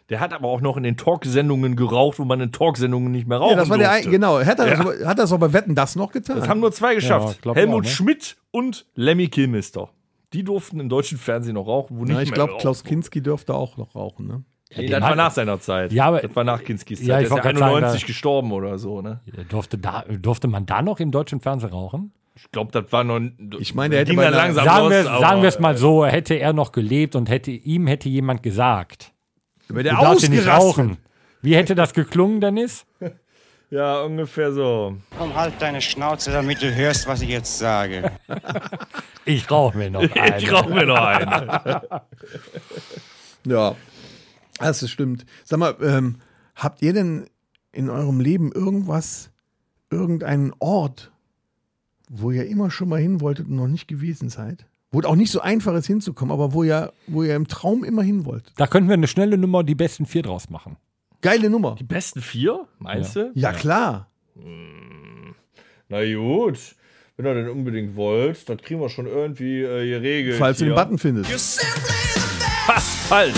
S2: Der hat aber auch noch in den Talksendungen geraucht, wo man in Talksendungen nicht mehr rauchen
S4: Ja, das war der, ein-
S2: durfte.
S4: genau. Hat er, das, aber- hat er das auch bei Wetten das noch getan?
S2: Das haben nur zwei
S3: Ja,
S2: geschafft.
S3: glaub ich
S2: Helmut
S3: auch, ne?
S2: Schmidt und Lemmy Kilmister. Die durften im deutschen Fernsehen noch rauchen, wo nicht
S4: ja, ich
S2: mehr
S4: glaube,
S2: geraucht
S4: Klaus Kinski dürfte auch noch rauchen, ne?
S2: wurde. Nee, das war nach seiner Zeit.
S3: Ja, aber-
S2: das war nach Kinskis Zeit.
S3: Ja, ich
S2: der ist
S3: wollte
S2: ja
S3: grad sagen,
S2: 91
S3: da-
S2: gestorben oder so. Ne?
S3: Durfte, da, durfte man da noch im deutschen Fernsehen rauchen?
S2: Ich glaube, das war noch.
S4: Ich meine, der hätte
S2: ging
S4: bei
S2: dann
S4: einer-
S2: langsam
S3: Sagen
S2: los,
S3: wir,
S2: aber-
S3: sagen wir es mal so, hätte er noch gelebt und hätte, ihm hätte jemand gesagt,
S4: Wenn
S3: du
S4: der
S3: darfst hier nicht
S4: ausgerastet-
S3: rauchen. Äh, Wie hätte das geklungen, Dennis?
S2: Ja, ungefähr so.
S8: Komm, halt deine Schnauze, damit du hörst, was ich jetzt sage.
S3: Ich rauche mir noch einen.
S2: Ich rauche mir noch einen.
S4: Ja, das stimmt. Sag mal, ähm, habt ihr denn in eurem Leben irgendwas, irgendeinen Ort, wo ihr immer schon mal hin wolltet und noch nicht gewesen seid? Wo es auch nicht so einfach ist hinzukommen, aber wo ihr, wo ihr im Traum immer hin wolltet.
S3: Da könnten wir eine schnelle Nummer, die besten vier draus machen.
S4: Geile Nummer.
S2: Die besten vier, meinst du?
S4: Ja, klar.
S2: Na gut. Wenn ihr denn unbedingt wollt, dann kriegen wir schon irgendwie äh, geregelt.
S4: Falls du
S2: hier.
S4: den Button findest.
S2: Fast falsch.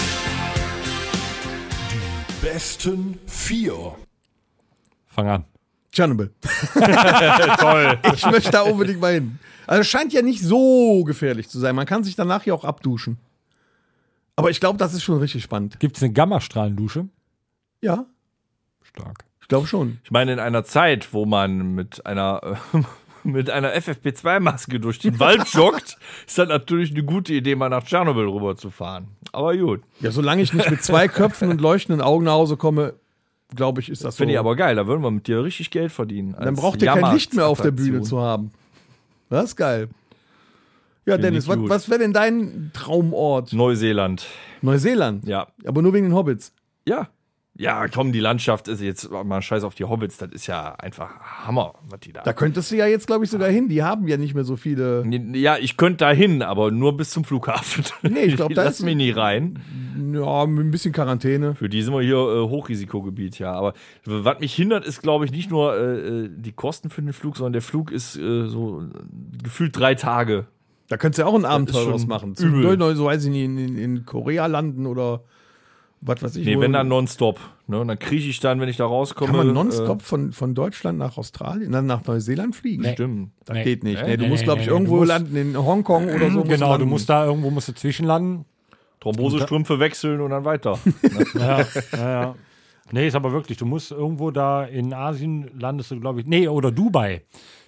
S7: Besten 4.
S3: Fang an.
S4: Tschernobyl. Toll. Ich möchte da unbedingt mal hin. Also es scheint ja nicht so gefährlich zu sein. Man kann sich danach ja auch abduschen. Aber ich glaube, das ist schon richtig spannend.
S3: Gibt es eine Gammastrahlendusche?
S4: Ja,
S3: Stark.
S4: ich glaube schon.
S2: Ich meine, in einer Zeit, wo man mit einer, äh, mit einer FFP2-Maske durch den Wald joggt, ist das natürlich eine gute Idee, mal nach Tschernobyl rüberzufahren. Aber gut.
S4: Ja, solange ich nicht mit zwei Köpfen und leuchtenden Augen nach Hause komme, glaube ich, ist das so.
S2: Finde ich aber geil, da würden wir mit dir richtig Geld verdienen.
S4: Dann braucht ihr kein Licht mehr auf der Bühne zu haben. Das ist geil. Ja, Dennis,
S2: ich
S4: was,
S2: gut.
S4: was wäre denn dein Traumort?
S2: Neuseeland,
S4: Neuseeland.
S2: ja.
S4: Aber nur wegen den Hobbits.
S2: Ja. Ja, komm, die Landschaft ist jetzt mal scheiß auf die Hobbits, das ist ja einfach Hammer, was die da.
S4: Da könntest du ja jetzt, glaube ich, sogar hin. Die haben ja nicht mehr so viele.
S2: ja, ich könnte da hin, aber nur bis zum Flughafen.
S4: Nee, ich glaub,
S2: Die
S4: da
S2: Lass
S4: ist-
S2: mich nie rein.
S4: Ja, mit ein bisschen Quarantäne.
S2: Für die sind wir hier äh, Hochrisikogebiet, ja. Aber was mich hindert, ist, glaube ich, nicht nur äh, äh, die Kosten für den Flug, sondern der Flug ist äh, so äh, gefühlt drei Tage.
S4: Da könntest du ja auch ein Abenteuer
S2: schon
S4: draus machen.
S2: übel.
S4: Neu- neu- So weiß ich nicht, in, in, in Korea landen oder was weiß ich.
S2: Nee,
S4: wo-
S2: wenn dann nonstop. Ne? Und dann kriege ich dann, wenn ich da rauskomme. äh,
S4: Kann man nonstop von, von Deutschland nach Australien, dann nach Neuseeland fliegen?
S2: Äh, stimmen.
S4: Das geht nicht.
S3: Nee,
S4: Nee, du
S3: nee,
S4: musst, glaube
S3: nee,
S4: ich,
S3: nee,
S4: irgendwo
S3: du musst-
S4: landen, in Hongkong oder
S3: Genau,
S4: so.
S3: du
S4: landen.
S3: musst da irgendwo musst du zwischenlanden.
S2: Thrombosestrümpfe wechseln und dann weiter.
S3: Ja, ja, ja. Nee, ist aber wirklich, du musst irgendwo da in Asien landest du, glaube ich. Nee, oder Dubai.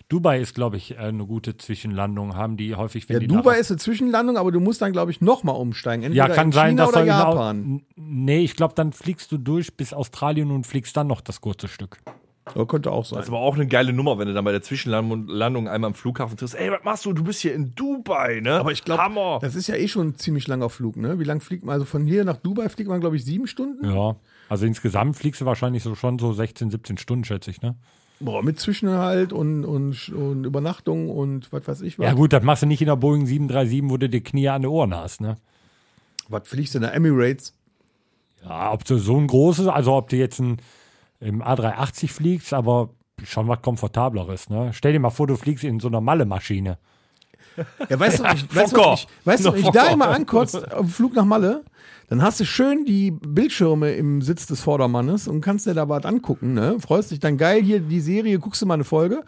S3: Dubai ist, glaube ich, äh, eine gute Zwischenlandung, haben die häufig, wenn
S4: Ja,
S3: die
S4: Dubai
S3: nach-
S4: ist eine Zwischenlandung, aber du musst dann, glaube ich, nochmal umsteigen. Entweder
S3: ja, kann
S4: in
S3: sein,
S4: China
S3: dass
S4: oder
S3: da genau-
S4: Japan.
S3: N- Nee, ich glaube, dann fliegst du durch bis Australien und fliegst dann noch das kurze Stück.
S4: Ja, könnte auch sein.
S2: Das ist aber auch eine geile Nummer, wenn du dann bei der Zwischenlandung einmal am Flughafen triffst. Ey, was machst du? Du bist hier in Dubai, ne?
S4: Aber ich glaube,
S2: Hammer.
S4: das ist ja eh schon ein ziemlich langer Flug, ne? Wie lang fliegt man? Also von hier nach Dubai fliegt man, glaube ich, sieben Stunden.
S3: Ja. Also insgesamt fliegst du wahrscheinlich so schon so 16, 17 Stunden, schätze ich, ne?
S4: Boah, mit Zwischenhalt und, und, und Übernachtung und was weiß ich was.
S3: Ja, gut, das machst du nicht in der Boeing 737, wo du die Knie an den Ohren hast, ne?
S4: Was fliegst du in der Emirates?
S3: Ja, ob du so ein großes, also ob du jetzt ein, im A380 fliegst, aber schon was komfortableres, ne? Stell dir mal vor, du fliegst in so einer Malle-Maschine.
S4: Ja, weißt du, ich, weißt du, ich, weißt du,
S2: Noch
S4: ich da
S2: Fokker.
S4: immer ankotzt, auf dem Flug nach Malle, dann hast du schön die Bildschirme im Sitz des Vordermannes und kannst dir da was angucken, ne? Freust dich dann geil hier die Serie, guckst du mal eine Folge.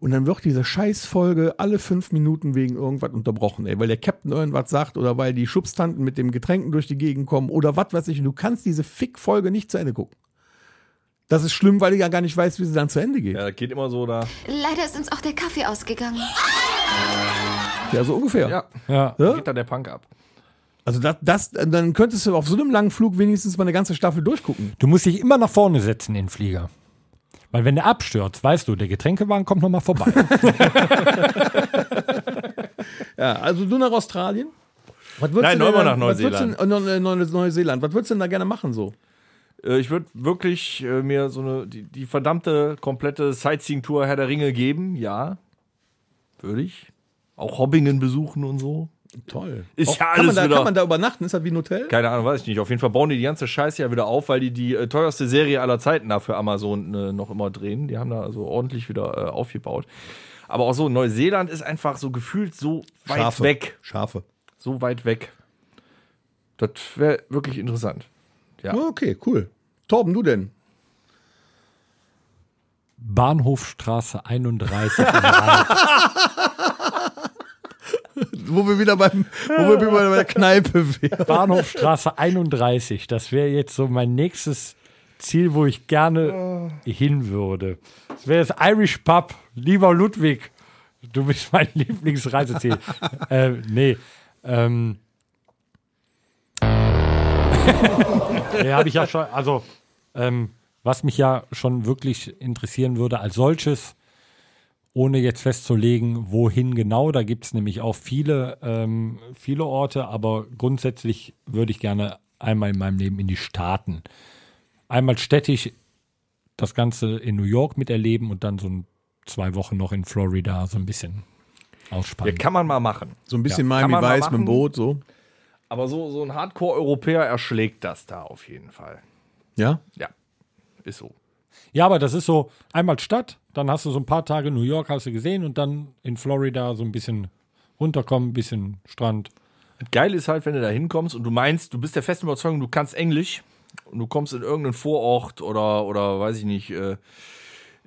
S4: Und dann wird diese Scheißfolge alle fünf Minuten wegen irgendwas unterbrochen, ey, weil der Captain irgendwas sagt oder weil die Schubstanten mit dem Getränken durch die Gegend kommen oder was weiß ich. Und du kannst diese Fick-Folge nicht zu Ende gucken. Das ist schlimm, weil du ja gar nicht weißt, wie sie dann zu Ende geht.
S2: ja, das geht immer so da.
S9: Leider ist uns auch der Kaffee ausgegangen.
S4: Ja, so ungefähr.
S2: Ja,
S3: Ja.
S2: geht da der Punk ab.
S4: Also das, das, dann könntest du auf so einem langen Flug wenigstens mal eine ganze Staffel durchgucken.
S3: Du musst dich immer nach vorne setzen in den Flieger. Weil wenn der abstürzt, weißt du, der Getränkewagen kommt nochmal vorbei.
S4: Ja, also du nach Australien. Was würdest
S2: Nein,
S4: du denn
S2: nochmal
S4: da-
S2: nach
S4: was würdest du denn- äh, Neu- Neu- Neu- Neuseeland. Was würdest du denn da gerne machen so?
S2: Äh, ich würde wirklich äh, mir so eine, die, die verdammte komplette Sightseeing-Tour Herr der Ringe geben, ja. Würde ich. Auch Hobbingen besuchen und so.
S4: Toll.
S2: Ist ja
S4: kann man
S2: alles
S4: da,
S2: wieder-
S4: Kann man da übernachten? Ist das wie ein Hotel?
S2: Keine Ahnung, weiß ich nicht. Auf jeden Fall bauen die die ganze Scheiße ja wieder auf, weil die die äh, teuerste Serie aller Zeiten da für Amazon äh, noch immer drehen. Die haben da also ordentlich wieder äh, aufgebaut. Aber auch so, Neuseeland ist einfach so gefühlt so weit weg.
S4: Schafe.
S2: So weit weg. Das wäre wirklich interessant. Ja.
S4: Okay, cool. Torben, du denn?
S3: Bahnhofstraße 31. in Rhein.
S4: Wo wir wieder beim, wo wir wieder bei der Kneipe wären.
S3: Bahnhofstraße 31. Das wäre jetzt so mein nächstes Ziel, wo ich gerne hin würde. Das wäre das Irish Pub. Lieber Ludwig, du bist mein Lieblingsreiseziel. äh, nee. Ähm. nee, habe ich ja schon. Also, ähm, was mich ja schon wirklich interessieren würde als solches, ohne jetzt festzulegen, wohin genau. Da gibt es nämlich auch viele, ähm, viele Orte, aber grundsätzlich würde ich gerne einmal in meinem Leben in die Staaten. Einmal städtisch das Ganze in New York miterleben und dann so ein, zwei Wochen noch in Florida so ein bisschen
S2: ja,
S3: ausspannen.
S2: kann man mal machen.
S4: So ein bisschen
S2: Kann
S4: Miami
S2: man mal
S4: Weiß mit dem
S2: machen.
S4: Boot so.
S2: Aber so, so ein Hardcore-Europäer erschlägt das da auf jeden Fall.
S4: Ja.
S2: Ja, ist so.
S3: Ja, aber das ist so einmal Stadt, dann hast du so ein paar Tage New York hast du gesehen und dann in Florida so ein bisschen runterkommen, ein bisschen Strand.
S2: Geil ist halt, wenn du da hinkommst und du meinst, du bist der festen Überzeugung, du kannst Englisch und du kommst in irgendeinen Vorort oder, oder weiß ich nicht, äh,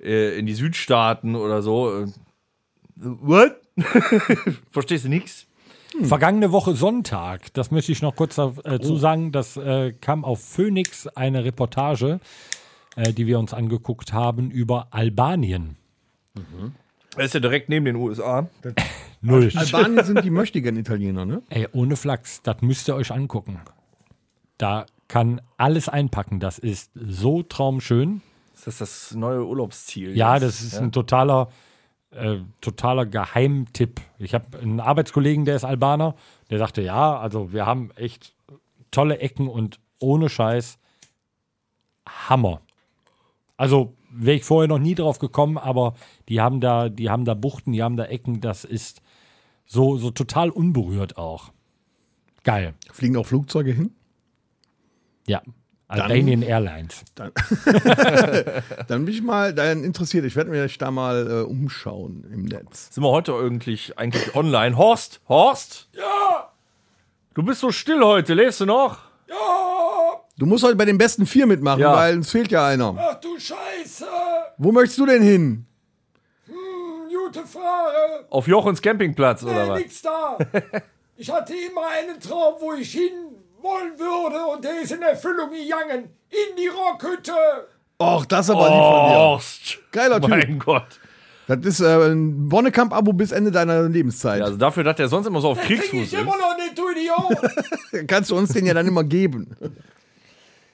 S2: äh, in die Südstaaten oder so. Äh, What? Verstehst du nichts?
S3: Vergangene Woche Sonntag, das möchte ich noch kurz dazu sagen, das äh, kam auf Phoenix eine Reportage, äh, die wir uns angeguckt haben über Albanien.
S2: Er ist ja direkt neben den USA.
S3: Null.
S4: Albanien sind die möchtigen Italiener, ne?
S3: Ey, ohne Flachs, das müsst ihr euch angucken. Da kann alles einpacken, das ist so traumschön.
S2: Ist das das neue Urlaubsziel?
S3: Ja,
S2: jetzt?
S3: das ist ein totaler, äh, totaler Geheimtipp. Ich habe einen Arbeitskollegen, der ist Albaner, der sagte, ja, also wir haben echt tolle Ecken und ohne Scheiß Hammer. Also wäre ich vorher noch nie drauf gekommen, aber die haben da, die haben da Buchten, die haben da Ecken, das ist so, so total unberührt auch. Geil.
S4: Fliegen auch Flugzeuge hin?
S3: Ja. Albanian Airlines.
S4: Dann bin ich mal dann interessiert. Ich werde mich da mal äh, umschauen im Netz.
S2: Sind wir heute eigentlich, eigentlich online? Horst? Horst? Ja! Du bist so still heute, lebst du noch?
S4: Du musst heute bei den besten vier mitmachen,
S2: Ja.
S4: weil uns fehlt ja einer. Ach du Scheiße! Wo möchtest du denn hin?
S1: Gute Frage.
S2: Auf Jochens Campingplatz oder was?
S1: Nix da. Ich hatte immer einen Traum, wo ich hin wollen würde und der ist in Erfüllung gegangen. In die Rockhütte.
S4: Och, das aber nicht
S2: Horst!
S4: Geiler Typ.
S2: Oh, Mein Gott.
S4: von dir. Das ist äh, ein Bonnekamp-Abo bis Ende deiner Lebenszeit.
S2: Ja, also dafür, dass der sonst immer so auf
S1: Krieg
S2: Kriegsfuß
S1: ich
S2: ist.
S1: immer noch nicht, du Idiot.
S4: Kannst du uns den ja dann immer geben.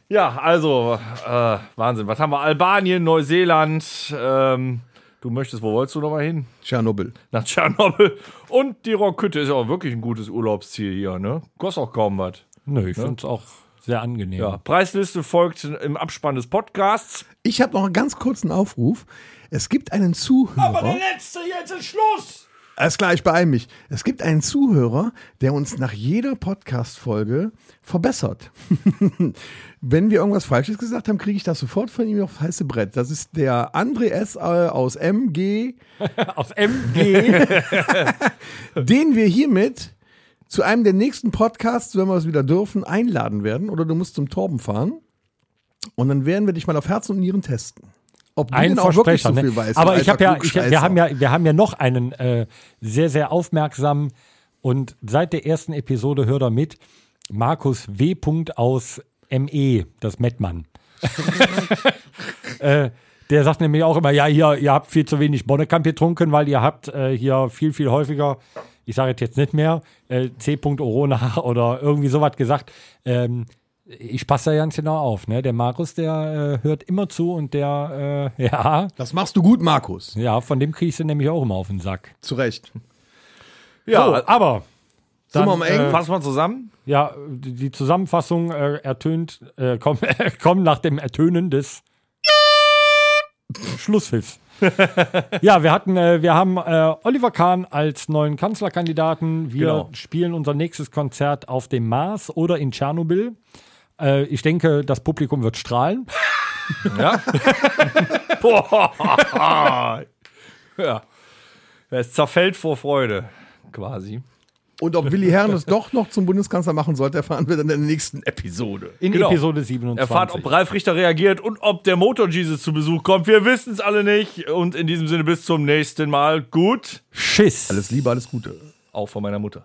S2: Ja, also, äh, Wahnsinn. Was haben wir? Albanien, Neuseeland. Ähm, du möchtest, wo wolltest du nochmal hin?
S4: Tschernobyl.
S2: Nach Tschernobyl. Und die Rockhütte ist ja auch wirklich ein gutes Urlaubsziel hier, ne? Kostet auch kaum was.
S3: Nö, ich finde es auch sehr angenehm.
S2: Ja, Preisliste folgt im Abspann des Podcasts.
S4: Ich habe noch einen ganz kurzen Aufruf. Es gibt einen Zuhörer.
S1: Letzte, jetzt ist Schluss.
S4: Alles klar, ich beeile mich. Es gibt einen Zuhörer, der uns nach jeder Podcast-Folge verbessert. Wenn wir irgendwas Falsches gesagt haben, kriege ich das sofort von ihm auf heiße Brett. Das ist der André S. aus MG,
S3: Aus MG.
S4: den wir hiermit zu einem der nächsten Podcasts, wenn wir es wieder dürfen, einladen werden. Oder du musst zum Torben fahren. Und dann werden wir dich mal auf Herzen und Nieren testen. Ob du
S3: ein
S4: denn auch wirklich
S3: Versprecher.
S4: so viel
S3: Ne?
S4: weißt.
S3: Aber
S4: du
S3: ich habe
S4: alter
S3: ja, ich, wir
S4: Klugscheißer.
S3: haben ja, wir haben ja noch einen äh, sehr, sehr aufmerksamen und seit der ersten Episode hört er mit, Markus W. Punkt aus ME, das Mettmann. äh, der sagt nämlich auch immer, ja, hier, ihr habt viel zu wenig Bonnekamp getrunken, weil ihr habt äh, hier viel, viel häufiger, ich sage jetzt nicht mehr, äh, C. Orona oder irgendwie sowas gesagt. Ähm, ich passe da ganz genau auf. Ne? Der Markus, der äh, hört immer zu und der, äh, ja,
S4: Das machst du gut, Markus.
S3: ja, von dem kriegst du nämlich auch immer auf den Sack.
S4: Zu Recht.
S2: Ja, also
S3: so, aber,
S4: Sind wir
S3: Dann,
S4: am Eng?
S2: äh, fassen wir zusammen.
S3: ja, die die Zusammenfassung äh, ertönt, äh, kommt komm nach dem Ertönen des Schlusspfiffs. ja, wir hatten, äh, wir haben äh, Oliver Kahn als neuen Kanzlerkandidaten. Wir
S2: Genau.
S3: spielen unser nächstes Konzert auf dem Mars oder in Tschernobyl. Äh, ich denke, das Publikum wird strahlen.
S2: Boah. ja. Es zerfällt vor Freude, quasi.
S4: Und ob Willi Herren es doch noch zum Bundeskanzler machen sollte, erfahren wir dann in der nächsten Episode.
S3: In
S2: Genau.
S3: Episode 27.
S2: Erfahrt, ob Ralf Richter reagiert und ob der Motor Jesus zu Besuch kommt. Wir wissen es alle nicht. Und in diesem Sinne bis zum nächsten Mal. Gut.
S3: Schiss.
S4: Alles Liebe, alles Gute.
S2: Auch von meiner Mutter.